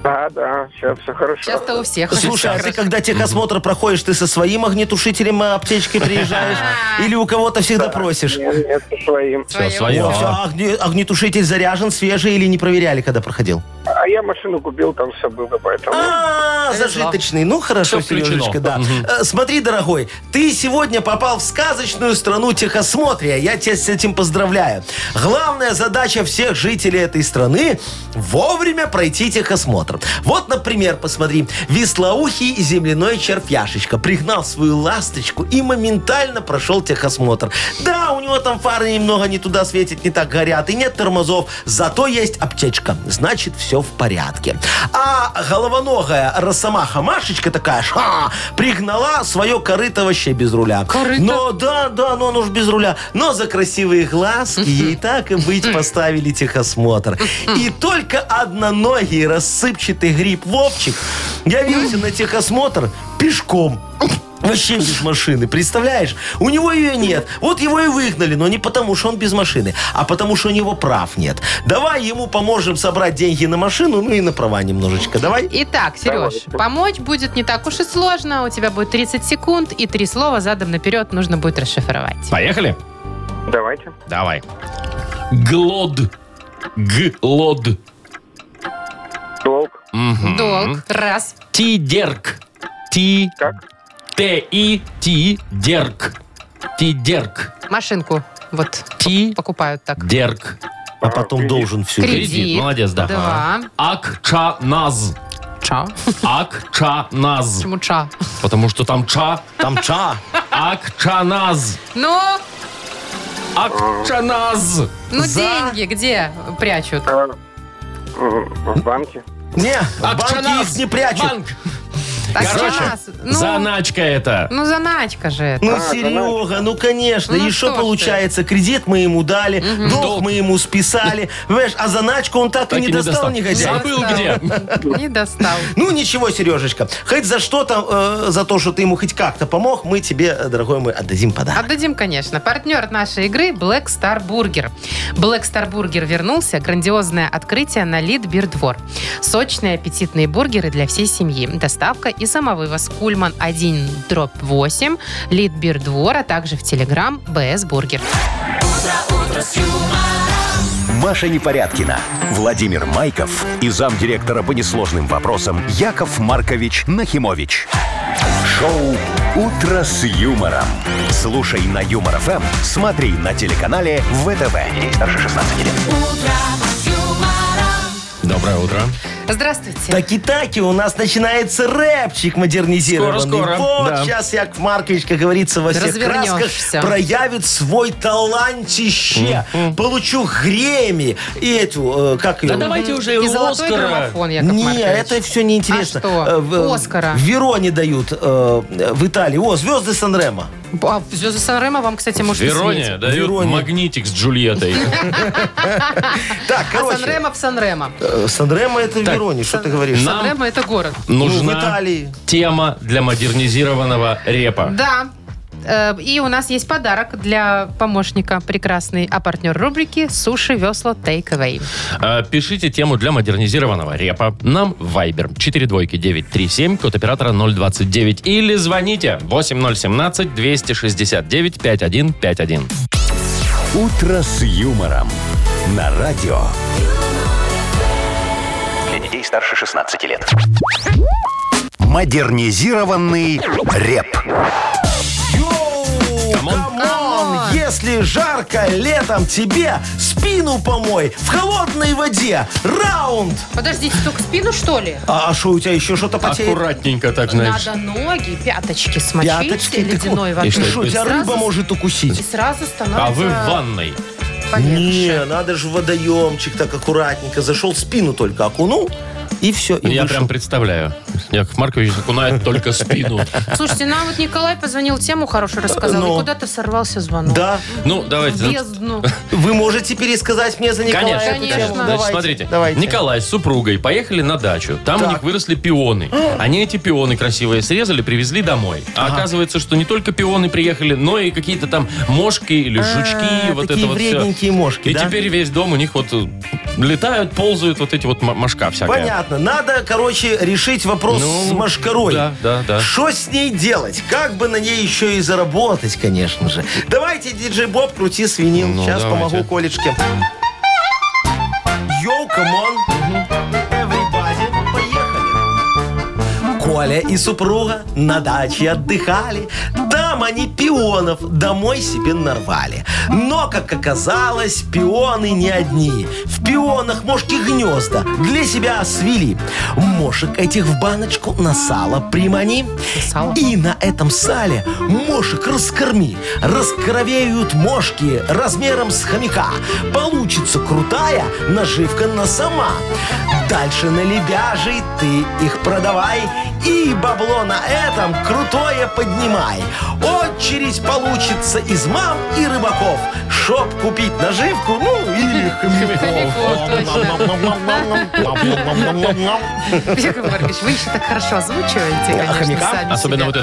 Да, да, все, все хорошо. Часто у всех. Слушай, а ты когда техосмотр проходишь, ты со своим огнетушителем э, аптечкой приезжаешь? Или у кого-то всегда просишь? Нет, нет, со своим. Все, Своё. свое. О, всё, огне- огнетушитель заряжен, свежий или не проверяли, когда проходил? А я машину купил, там все было, поэтому... А, Повезло. зажиточный. Ну, хорошо, Всё включено. Сережечка, да. Мгм. Э, Смотри, дорогой, ты сегодня попал в сказочную страну техосмотрия. Я тебя с этим поздравляю. Главная задача всех жителей этой страны – вовремя пройти техосмотр. Вот, например, посмотри. Веслоухий земляной червь-яшечка пригнал свою ласточку и моментально прошел техосмотр. Да, у него там фары немного не туда светят, не так горят, и нет тормозов, зато есть аптечка. Значит, все в порядке. А головоногая росомаха Машечка такая, ша, пригнала свое корыто вообще без руля. Корыто? Но, да, да, но оно ж без руля. Но за красивые глазки ей так и быть поставили техосмотр. И только одноногий рассыпчатый гриб Вовчик явился на техосмотр пешком. Вообще без машины, представляешь? У него ее нет. Вот его и выгнали, но не потому, что он без машины, а потому, что у него прав нет. Давай ему поможем собрать деньги на машину, ну и на права немножечко. Давай. Итак, Сереж, помочь будет не так уж и сложно. У тебя будет 30 секунд, и три слова задом наперед нужно будет расшифровать. Поехали? Давайте. Давай. Глод. Глод. Долг. Мгм. Долг. Раз. Тидерк. Ти. Как? Т-И. Тидерк. Тидерк. Машинку. Вот. Ти. Покупают так. Дерк. А потом должен всю жизнь. Кредит. Кредит. Молодец, да. Два. Акчаназ. Ча. Акчаназ. Почему ча? Потому что там ча. Там ча. Акчаназ. Ну, Акчаназ. ну За. деньги где прячут? А, м, В банке. Не, в банке Акчаназ. их не прячут. Банк. Так, Короче, ча, ну, Заначка это. ну, заначка же это. Ну, А, Серега, ну конечно. Ну, что и ж что ты. получается? Кредит мы ему дали, долг, Долг. мы ему списали. Понимаешь, а заначку он так, Так и не достал, негодяй. Забыл Достал. где. Не достал. Ну ничего, Сережечка, хоть за что-то, э, за то, что ты ему хоть как-то помог, мы тебе, э, дорогой мой, отдадим подарок. Отдадим, конечно. Партнер нашей игры Black Star Burger. Black Star Burger вернулся. Грандиозное открытие на Лидбирдвор. Сочные аппетитные бургеры для всей семьи. Доставка и самовывоз. Кульман 1 дробь 8, Лидбирдвор, а также в Телеграм БС Бургер. Маша Непорядкина, Владимир Майков и замдиректора по несложным вопросам Яков Маркович Нахимович. Шоу «Утро с юмором». Слушай на Юмор ФМ, смотри на телеканале ВТВ. Ей старше 16 лет. Доброе утро. Здравствуйте. Таки-таки у нас начинается рэпчик модернизированный. Скоро-скоро, Вот да. сейчас Яков Маркович, как говорится, во всех Развернешься. красках проявит свой талантище. Получу греми и эту, э, как ее? Да давайте уже И у золотой Оскара. граммофон, Яков Не, Маркович. это все неинтересно. А что? Э, в- Оскара. В Вероне дают э, в Италии. О, звезды Сан-Ремо. А, звезды Сан-Ремо вам, кстати, может и Верония светить. дают Верония. магнитик с Джульеттой. Так, А короче. Сан-Ремо в Сан-Ремо. Э, Сан-Ремо это в Вероне, что ты говоришь? Нам Сан-Ремо это город. Ну, в Нужна Италии. тема для модернизированного репа. Да. Э, И у нас есть подарок для помощника прекрасный, а партнер рубрики «Суши весла Takeaway». Э, Пишите тему для модернизированного репа нам в Viber 42937, код оператора 029. Или звоните 8017-269-5151. «Утро с юмором» на радио. Для детей старше 16 лет. Модернизированный реп. Йоу, камон, если жарко летом тебе, спину помой в холодной воде. Раунд. Подождите, только спину, что ли? А что, у тебя еще что-то потеет? Аккуратненько так, знаешь. Надо ноги, пяточки смочить Пяточки? ледяной Ты водой. И что, Ты шо, это тебя сразу рыба с- может И укусить. сразу становится А вы э, в ванной. полегче. Не, надо же в водоемчик так аккуратненько. Зашел спину только окунул. И все. И Ну, Я вышел. прям представляю. Яков Маркович окунает только спину. Слушайте, нам вот Николай позвонил, тему хорошую рассказал, Но. и куда-то сорвался звонок. Ну. Да. Ну, давайте. В бездну. Вы можете пересказать мне за Николая Конечно, эту конечно. тему? Значит, Давайте, смотрите. Давайте. Николай с супругой поехали на дачу. Там у Так. них выросли пионы. Они эти пионы красивые срезали, привезли домой. А оказывается, что не только пионы приехали, но и какие-то там мошки или жучки, А, вот такие это вот все. вредненькие мошки, И да? теперь весь дом у них вот э, летают, ползают вот эти вот м- мошка всякая. Понятно. Надо, короче, решить вопрос Ну, с машкарой. да, да, да. Что с ней делать? Как бы на ней еще и заработать, конечно же. Давайте, диджей Боб, крути свинил. Ну, Сейчас давайте. помогу Колечке. Йоу, камон. Everybody, поехали. Коля и супруга на даче отдыхали. Там они пионов домой себе нарвали. Но, как оказалось, пионы не одни. В пионах мошки гнезда для себя свели. Мошек этих в баночку на сало примани. Сало? И на этом сале мошек раскорми. Раскоровеют мошки размером с хомяка. Получится крутая наживка на сама. Дальше на лебяжий ты их продавай. И бабло на этом крутое поднимай. Очередь получится из мам и рыбаков. Чтоб купить наживку, ну или Хомяков, хомяков. Яков Маркович, вы еще так хорошо озвучиваете, конечно, хомяка? сами Особенно себя. вот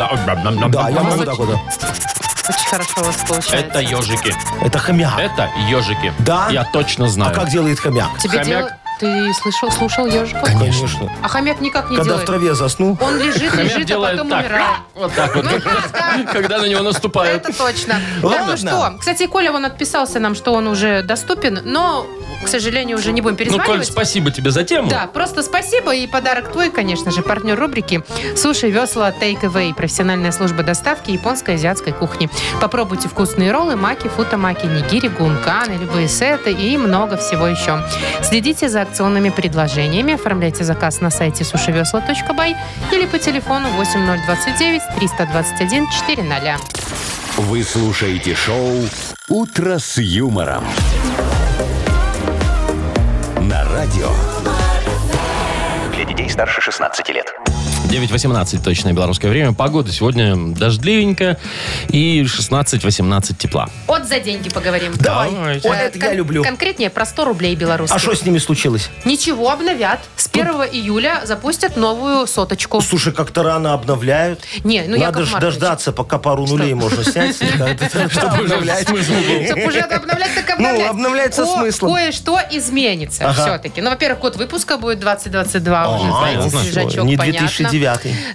это. Да, я А могу вот- так вот. Очень хорошо у вас получается. Это ежики. Это хомяк. Это ежики. Да? Я точно А знаю. как делает хомяк? Тебе Хомяк. дело- Ты слышал, слушал ежика? Конечно. А хомяк никак не Когда в делает. траве заснул, Он лежит, Хомяк лежит, а делает потом так. умирает. Вот так вот. Когда на него наступают. Ну, Это точно. Так, Ладно. ну что, кстати, Коля, он отписался нам, что он уже доступен, но, к сожалению, уже не будем Ну, Коль, перезванивать. спасибо тебе за Ну. тему. Да, просто спасибо и подарок твой, конечно же, партнер рубрики «Суши, весла, Take Away» профессиональная служба доставки японской и азиатской кухни. Попробуйте вкусные роллы, маки, футамаки, нигири, гунканы, любые сеты и много всего еще. Следите за акционными предложениями, оформляйте заказ на сайте сушевесла.бай или по телефону 8029 321 400. Вы слушаете шоу «Утро с юмором». На радио. Для детей старше 16 лет. 9.18 точное белорусское время. Погода сегодня дождливенькая и 16-18 тепла. От за деньги поговорим. давай. Давайте. Вот это я Кон- люблю. Конкретнее про 100 рублей белорусских. А что с ними случилось? Ничего, обновят. С 1 июля запустят новую соточку. Ну, Слушай, как-то рано обновляют. Не, ну Надо Яков ж Маркович. дождаться, пока пару нулей можно снять. Чтобы обновлять. Чтоб уже обновлять, так обновлять. Ну, обновлять со Ко- смыслом. Кое-что изменится Ага. все-таки. Ну, во-первых, год выпуска будет 2022 А, уже, знаете, понятно. свежачок, Не понятно. 2009.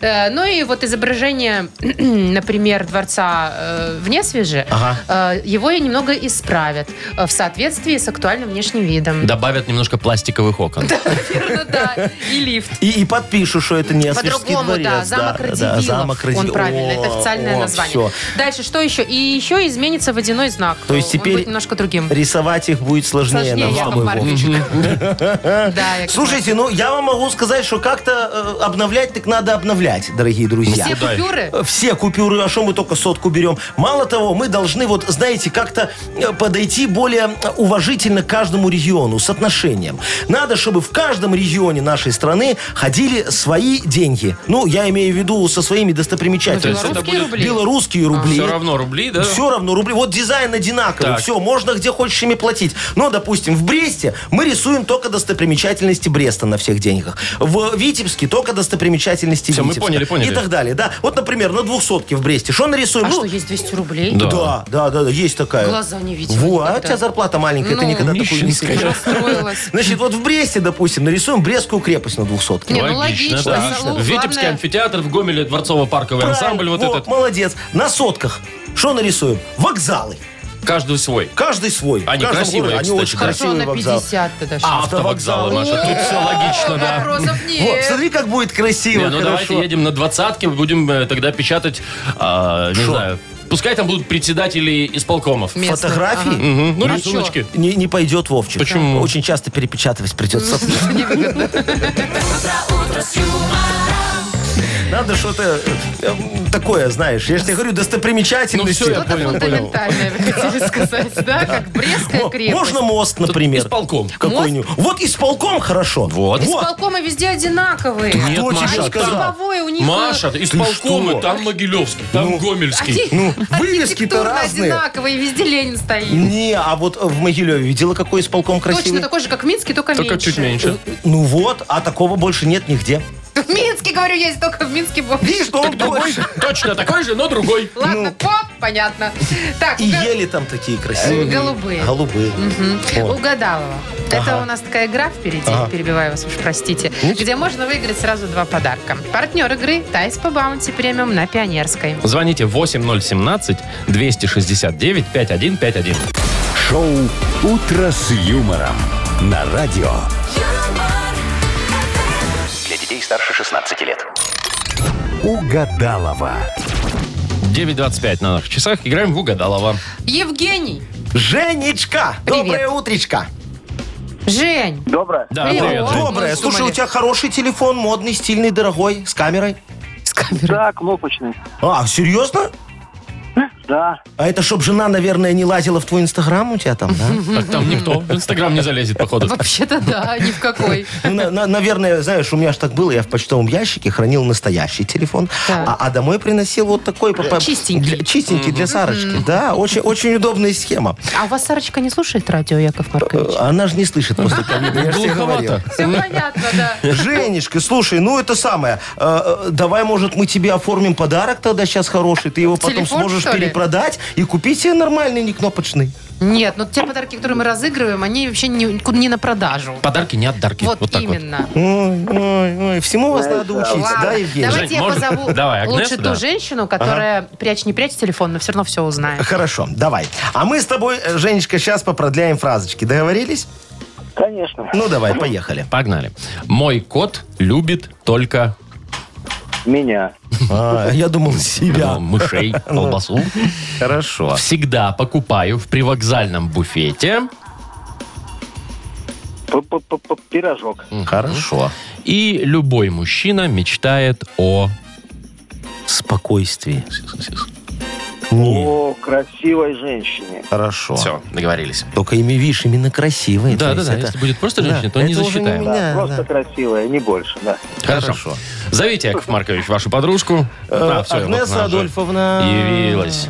Э, Ну и вот изображение, например, дворца э, в Несвеже, Ага. э, его и немного исправят э, в соответствии с актуальным внешним видом. Добавят немножко пластиковых окон. Верно, да. И лифт. И, и подпишу, что это не Освежский По-другому, дворец. да, замок Радивилов. замок Радивилов. Он правильно, это О, официальное о, название. всё. Дальше что еще? И еще изменится водяной знак. То есть Он теперь- будет немножко другим. Рисовать их будет сложнее, Сложнее, нам с Яков тобой, Вов. Маркович. Да, Яков Слушайте, ну я вам могу сказать, что как-то э, обновлять так надо обновлять, дорогие друзья. Все Куда их? купюры? Все купюры, а что мы только сотку берем? Мало того, мы должны, вот, знаете, как-то э, подойти более э, уважительно к каждому региону с отношением. Надо, чтобы в каждом регионе нашей страны ходили свои деньги. Ну, я имею в виду со своими достопримечательностями. это будет Белорусские рубли. Белорусские рубли. Все А, равно рубли, да? Все равно рубли. Вот дизайн одинаковый. Так. Все, можно где хочешь ими платить. Но, допустим, в Бресте мы рисуем только достопримечательности Бреста на всех деньгах. В Витебске только достопримечательности Всё, мы Витебска. поняли, поняли. И так далее, да. Вот, например, на двухсотке в Бресте. Что нарисуем? А Ну, что, есть 200 рублей? Да. да, да, да, да, есть такая. Глаза не видела Во, а никогда. у тебя зарплата маленькая, Ну. ты никогда такую не нищенская. видишь. Расстроилась. Значит, вот в Бресте, допустим, нарисуем Брестскую крепость на двухсотке. Не, ну логично, да. логично. В Витебске Главное- амфитеатр, в Гомеле дворцово-парковый ансамбль, вот Во, этот. Молодец. На сотках. Что нарисуем? Вокзалы. Каждый свой. Каждый свой. В Они каждом красивые, городе. Они кстати, очень да. Хорошо, красивые на вокзалы. 50 тогда А, автовокзалы, Маша. Тут все логично, да. Вопросов Вот, нет. смотри, как будет красиво, Не, ну давайте хорошо. едем на двадцатке, будем э, тогда печатать, а, не Шо? знаю, пускай там будут председатели исполкомов. Местных. Фотографии? Мгм. Ну, А рисуночки. Не, не пойдет Вовчик. Почему? Очень часто перепечатывать придется. Надо что-то э, м, такое, знаешь. Я же тебе говорю, достопримечательности. Ну всё, я Что-то понял, понял. фундаментальное, вы хотели сказать, да? Как Брестская О, крепость. ну, Можно мост, например. Исполком. Какой-нибудь. Вот исполком хорошо. Вот. Вот. Исполкомы везде одинаковые. Нет, Кто А тебе Маша, Они сказал? типовые у них. э, Маша, из что? полкомы, там Могилевский, там Гомельский. Ну, вывески-то разные. одинаковые, везде Ленин стоит. Не, а вот э, в Могилеве видела, какой исполком Точно красивый? такой же, как Минский, только, Только чуть меньше. Ну вот, а такого больше нет нигде. В Минске, говорю, есть только в Минске был. Видишь, что он Ой, больше. Точно такой же, но другой. Ладно, поп, понятно. Так, И уга- ели там такие красивые. голубые. Голубые. Вот. Угадалова. Это у нас такая игра впереди, перебиваю вас уж, простите, где можно выиграть сразу два подарка. Партнер игры Тайс по баунти премиум на Пионерской. Звоните 8017-269-5151. Шоу «Утро с юмором» на радио. юмор, Для детей старше 16 лет. Угадалова. 9.25 на наших часах. Играем в Угадалова. Евгений, Женечка, Привет. доброе утречко. Жень, Доброе. Да, Привет. привет. О, Жень. Доброе. мы Слушай, у думали. тебя хороший телефон, модный, стильный, дорогой, с камерой. с камерой. Да, кнопочный. А, серьезно? Да. А это чтоб жена, наверное, не лазила в твой инстаграм у тебя там, да? Так там никто в Инстаграм не залезет, походу. Вообще-то да, ни в какой. Ну, на- на- наверное, знаешь, у меня же так было. Я в почтовом ящике хранил настоящий телефон, Так. а, а домой приносил вот такой. по- по- Чистенький. для- чистенький для Сарочки. Да, очень, очень удобная схема. А у вас Сарочка не слушает радио, Яков Э, Маркович? Она же не слышит после ковида, я ж тебе говорил. Глуховато. Все понятно, да. Женечка, слушай, ну это самое. э, э, Давай, может, мы тебе оформим подарок тогда сейчас хороший. Ты его потом Телефон, сможешь что ли? перепродать и купить себе нормальный, не кнопочный. Нет, ну те подарки, которые мы разыгрываем, они вообще не, не на продажу. Подарки не от дарки. Вот, Вот, так вот. именно. Ой, ой, ой, всему вас надо учить, Ладно, да, Евгений? Давайте Жень, я можно? позову Давай, Агнесу, лучше да. ту женщину, которая прячь не прячь телефон, но все равно все узнает. Хорошо, давай. А мы с тобой, э, Женечка, сейчас попродляем фразочки. Договорились? Конечно. Ну давай, поехали. Погнали. Мой кот любит только Меня. А, я думал, ну, себя. мышей, колбасу. Хорошо. Всегда покупаю в привокзальном буфете. П-п-п-п- Пирожок. Хорошо. И любой мужчина мечтает о... Спокойствие. О, красивой женщине. Хорошо. Все, договорились. Только ими, видишь, именно красивые. Да, То да, есть да. это- Если будет просто женщина, Да, то не это уже не засчитаем. меня. Да, Просто да. красивая, не больше, да. Хорошо. Зовите, Яков Маркович, вашу подружку. Да, всё, вот Э, Агнеса она же Адольфовна. Явилась.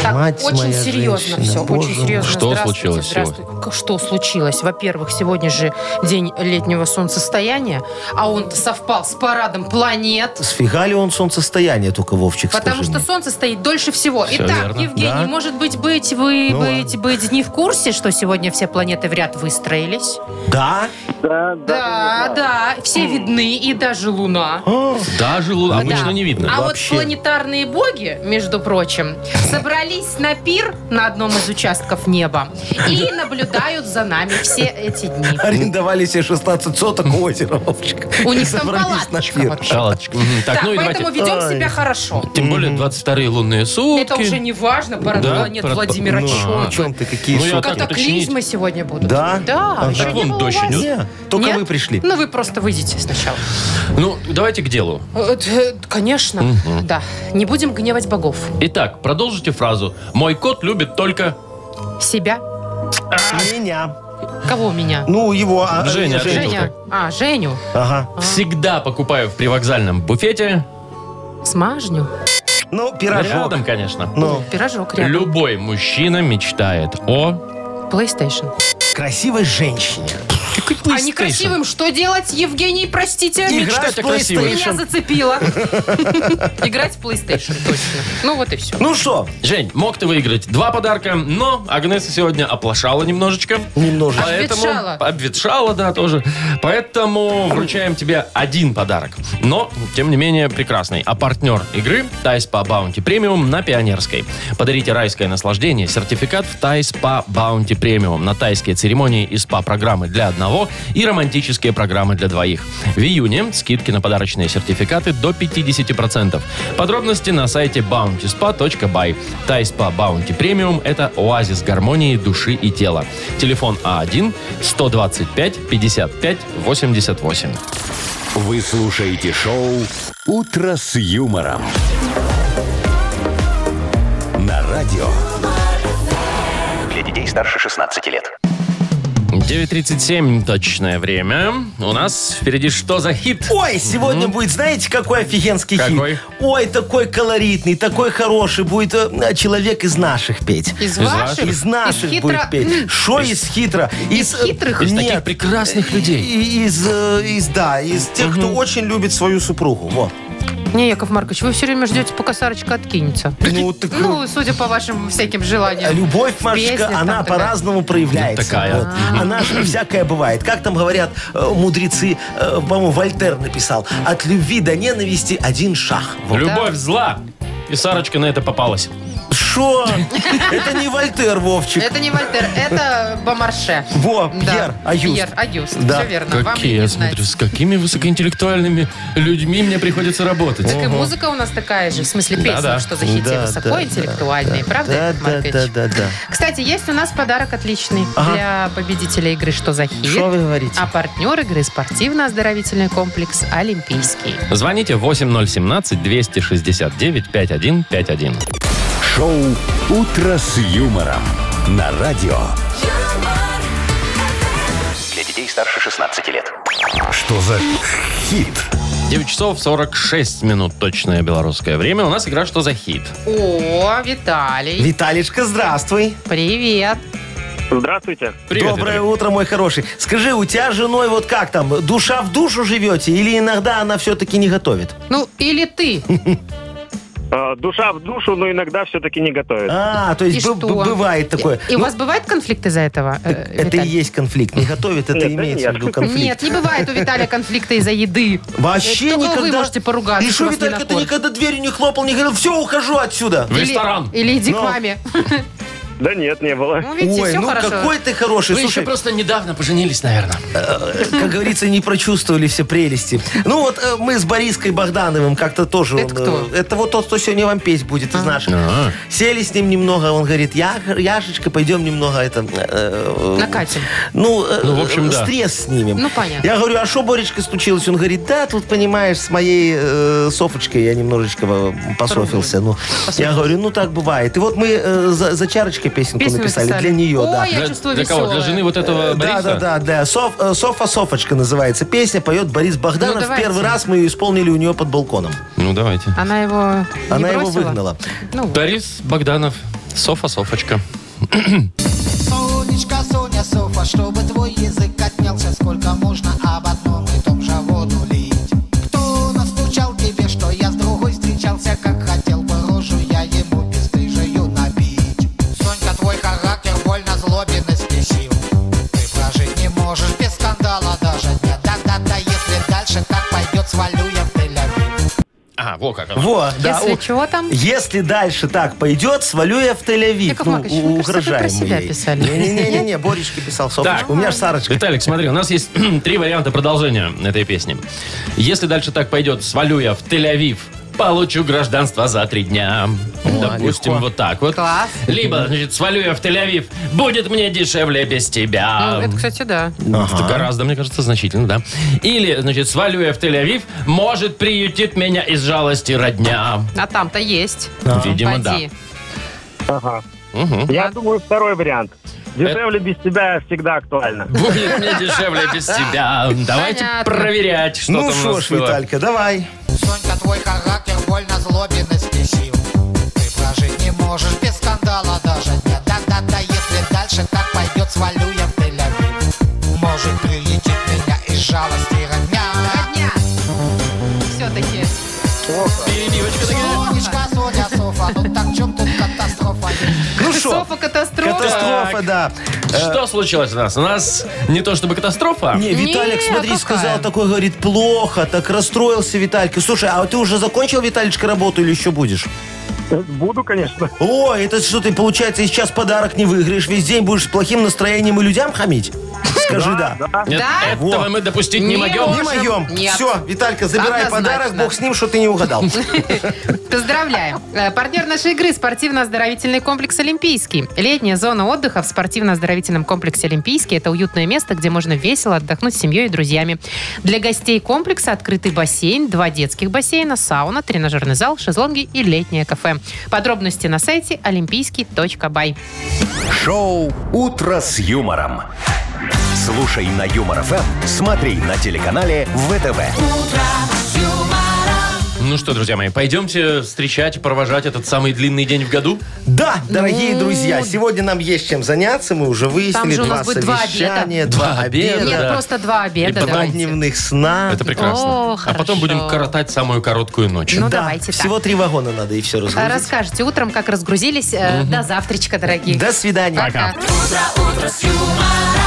Так, Мать очень моя серьезно женщина, все, боже очень мой. серьезно. Что Здравствуйте, случилось здравствуйте. К- Что случилось? Во-первых, сегодня же день летнего солнцестояния, а он совпал с парадом планет. Сфига ли он солнцестояние только, Вовчик, Потому скажи что мне? солнце стоит дольше всего. Всё Итак, верно. Евгений, Да. может быть, быть, вы Ну быть, быть, не в курсе, что сегодня все планеты в ряд выстроились. Да? Да, да. Да, да, все видны, и даже Луна. А, Даже лу- обычно Да. не видно. А вообще. вот планетарные боги, между прочим, собрались на пир на одном из участков неба и наблюдают за нами все эти дни. Арендовали себе 16 соток у озера, Вовчик. У них И там собрались на палаточка пир. вообще. Шалочка. Мгм. Так, Так, ну и поэтому давайте. ведем Ай. себя хорошо. Тем более 22-е лунные сутки. Это уже не важно, парад Да, планет парад- Владимира ну, Чё- О чем ты, какие Ну, я шутки? так Катаклизмы уточнить. сегодня будут. Да? Да, А, еще так не вон было дождь у вас. идет. Не, только Нет? вы пришли. Ну, вы просто выйдите сначала. Ну, давайте к делу. Э, э, Конечно, да. Не будем гневать богов. Итак, продолжите фразу. Мой кот любит только... Себя? Меня. Кого меня? Ну, его... а, Женя ответил. Женя. А, Женю. Ага. А. Всегда покупаю в привокзальном буфете. Смажню. Ну, пирожок. Рядом, конечно. Ну, Пирожок рядом. Любой мужчина мечтает о... PlayStation. красивой женщине. А некрасивым что делать, Евгений, а простите? И Играть мечтать о в PlayStation. красивой. Меня зацепило. Играть в PlayStation, точно. Ну вот и все. Ну что, Жень, мог ты выиграть два подарка, но Агнеса сегодня оплошала немножечко. немножечко. Поэтому... Обветшала. Обветшала, да, тоже. Поэтому вручаем тебе один подарок. Но, тем не менее, прекрасный. А партнер игры Тайс по Баунти Премиум на Пионерской. Подарите райское наслаждение. Сертификат в Тайс по Баунти Премиум на тайские церемонии и СПА-программы для одного и романтические программы для двоих. В июне скидки на подарочные сертификаты до 50%. Подробности на сайте bountyspa.by. Тайс по Баунти Премиум – это оазис гармонии души и тела. А Телефон А1 125 55 88. Вы слушаете шоу «Утро с юмором». На радио Для детей старше 16 лет. 9.37 точное время. У нас впереди что за хит? Ой, сегодня будет, знаете, какой офигенский Какой? хит? Ой, такой колоритный, такой хороший. Будет э, человек из наших петь. Из ваших? ваших? Из наших хитро- будет петь. Шо из, хитро? Из, э, хитрых? Из нет, таких прекрасных людей. и- Из, э, из, да, из тех, кто очень любит свою супругу. Во. Не, Яков Маркович, вы все время ждете, пока Сарочка откинется. Ну, так, Ну, судя по вашим всяким э, желаниям. Любовь, песнях Машечка, там она такая. по-разному проявляется. Ну, такая. Вот. Она же всякая бывает. Как там говорят э, мудрецы, э, по-моему, Вольтер написал, от любви до ненависти один шаг. Во. Любовь зла. И Сарочка на это попалась. Шо? Это не Вольтер, Вовчик. Это не Вольтер, это Бомарше. Во, Да. Пьер, Аюст. Пьер Агюст, Да. все верно. Вам Какие, ли я не знать. смотрю, с какими высокоинтеллектуальными людьми мне приходится работать. Так и музыка у нас такая же, в смысле песни, Да-да. что за хиты Да, высокоинтеллектуальные, правда, Да, Яков да, Маркович? да, да, да. Кстати, есть у нас подарок отличный Ага. для победителя игры «Что за хит?». Что вы говорите? А партнер игры спортивно-оздоровительный комплекс «Олимпийский». Звоните 8017-269-5151. шоу «Утро с юмором». На радио юмор, Для детей старше 16 лет. «Что за хит?» 9 часов 46 минут точное белорусское время. У нас игра «Что за хит?». О, Виталий, Виталичка, здравствуй. привет. Здравствуйте. Привет, Доброе Виталий. утро, мой хороший. Скажи, у тебя с женой вот как там, душа в душу живете или иногда она все-таки не готовит? Ну, или ты. Э, Душа в душу, но иногда все-таки не готовит. А, то И есть что? б- б- бывает такое. И у Ну, вас бывает конфликт из-за этого, э, это и Виталий? есть конфликт. Не готовит, это Нет, да имеется в нет. виду конфликт. Нет, не бывает у Виталия конфликта из-за еды. Э, Вообще Только никогда. вы можете поругаться, И если что, у вас не Виталька, ты наход. никогда дверью не хлопал, не говорил, все, ухожу отсюда. В ресторан. Или, или иди к Ну. маме. Да нет, не было. Ну, видите, Ой, все ну хорошо. какой ты хороший. Вы еще Слушай, просто недавно поженились, наверное. как говорится, не прочувствовали все прелести. Ну вот э, мы с Бориской Богдановым как-то тоже... Это он, э, кто? Это вот тот, кто сегодня вам петь будет из наших. А. Сели с ним немного, он говорит, «Я- Яшечка, пойдем немного это... э, Накатим. Ну, э, Ну, в общем, э, да. стресс снимем. Ну, понятно. Я говорю, а что, Боречка, случилось? Он говорит, да, тут, понимаешь, с моей э, Софочкой я немножечко э, пософился. Ну, я говорю, ну, так бывает. И вот мы э, за, за чарочкой песенку Песню написали. написали. для нее, Ой, да. Я Для, чувствую для кого? Для весёлое. жены вот этого Бориса? Да, да, да, да. Соф- э, Софа Софочка называется песня, поет Борис Ну, Богданов. давайте. Первый раз мы ее исполнили у нее под балконом. Ну, давайте. Она его не Она его бросила? выгнала. Ну, вот. Борис Богданов. Софа, Софочка. Сонечка, Соня, Софа, чтобы твой язык отнялся, сколько можно об одном и том же воду лить. Кто настучал тебе, что я с другой встречался, как хотел бы рожу я ему бесстыжею набить. Сонька, твой характер больно злобен и спесив. Ты прожить не можешь без скандала даже дня. Да-да-да, если дальше так пойдет, свалю я в Тель-Авив. А, во как. она. Вот, да. Если о. чего там? Если дальше так пойдет, свалю я в Тель-Авив. Ну, Яков Маркович, вы, кажется, угрожаем вы про мы себя ей. писали. Не-не-не, Боречка писал Софочка. Так. У меня ж Сарочка. Виталик, смотри, у нас есть три варианта продолжения этой песни. Если дальше так пойдет, свалю я в Тель-Авив, получу гражданство за три дня. Допустим, легко. вот так вот. Класс. Ну, Либо, значит, свалю я в Тель-Авив, будет мне дешевле без тебя. Ну, это, кстати, да. Это гораздо, мне кажется, значительно, да. Или, значит, свалю я в Тель-Авив, может, приютит меня из жалости родня. А там-то есть. Видимо, Поди. Ага. да. Мгм. Я думаю, второй вариант. Дешевле без тебя всегда актуально. Будет мне дешевле без тебя. Давайте Понятно. проверять, что Ну там у что нас ж, было. Виталька, давай. Сонька, твой характер больно злобен и спесив. Ты прожить не можешь без скандала даже дня. Да-да-да, если дальше так пойдет, свалю я в Тель-Авив. Может, прилетит меня из жалости родня. Дня. Все-таки. Перебивочка такая. Сонечка, Соня, Софа, ну так в чем тут катастрофа? Ну что? Софа катастрофа. Катастрофа, да. Что случилось у нас? У нас не то чтобы катастрофа. Не, Виталик, Э, Не, а смотри, какая? сказал такой, говорит, плохо, так расстроился Виталька. Слушай, а ты уже закончил, Виталичка, работу или еще будешь? Буду, конечно. О, это что ты, получается, и сейчас подарок не выиграешь, весь день будешь с плохим настроением и людям хамить? скажи да. Нет, Да? этого Во. мы допустить не Не могем. Не моем. Нет. Все, Виталька, забирай Однозначно. подарок, бог с ним, что ты не угадал. Поздравляем! Э, Партнер нашей игры – спортивно-оздоровительный комплекс «Олимпийский». Летняя зона отдыха в спортивно-оздоровительном комплексе «Олимпийский» – это уютное место, где можно весело отдохнуть с семьей и друзьями. Для гостей комплекса открытый бассейн, два детских бассейна, сауна, тренажерный зал, шезлонги и летнее кафе. Подробности на сайте олимпийский.бай. Шоу «Утро с юмором». Слушай на Юмор ФМ, смотри на телеканале ВТВ. Ну что, друзья мои, пойдемте встречать, и провожать этот самый длинный день в году. Да, дорогие друзья, сегодня нам есть чем заняться. Мы уже Ну. выяснили же у два нас будет два обеда. совещания, Два два обеда. обеда, Нет, Ну, да. просто два И обеда. потом два давайте. дневных сна. Это прекрасно. О, а потом хорошо. будем коротать самую короткую ночь. Ну, Да, давайте так. Всего три вагона надо и все А разгрузить. Расскажете утром, как разгрузились. Э, До завтрачка, дорогие. До свидания. Пока. утро, утро с юмором.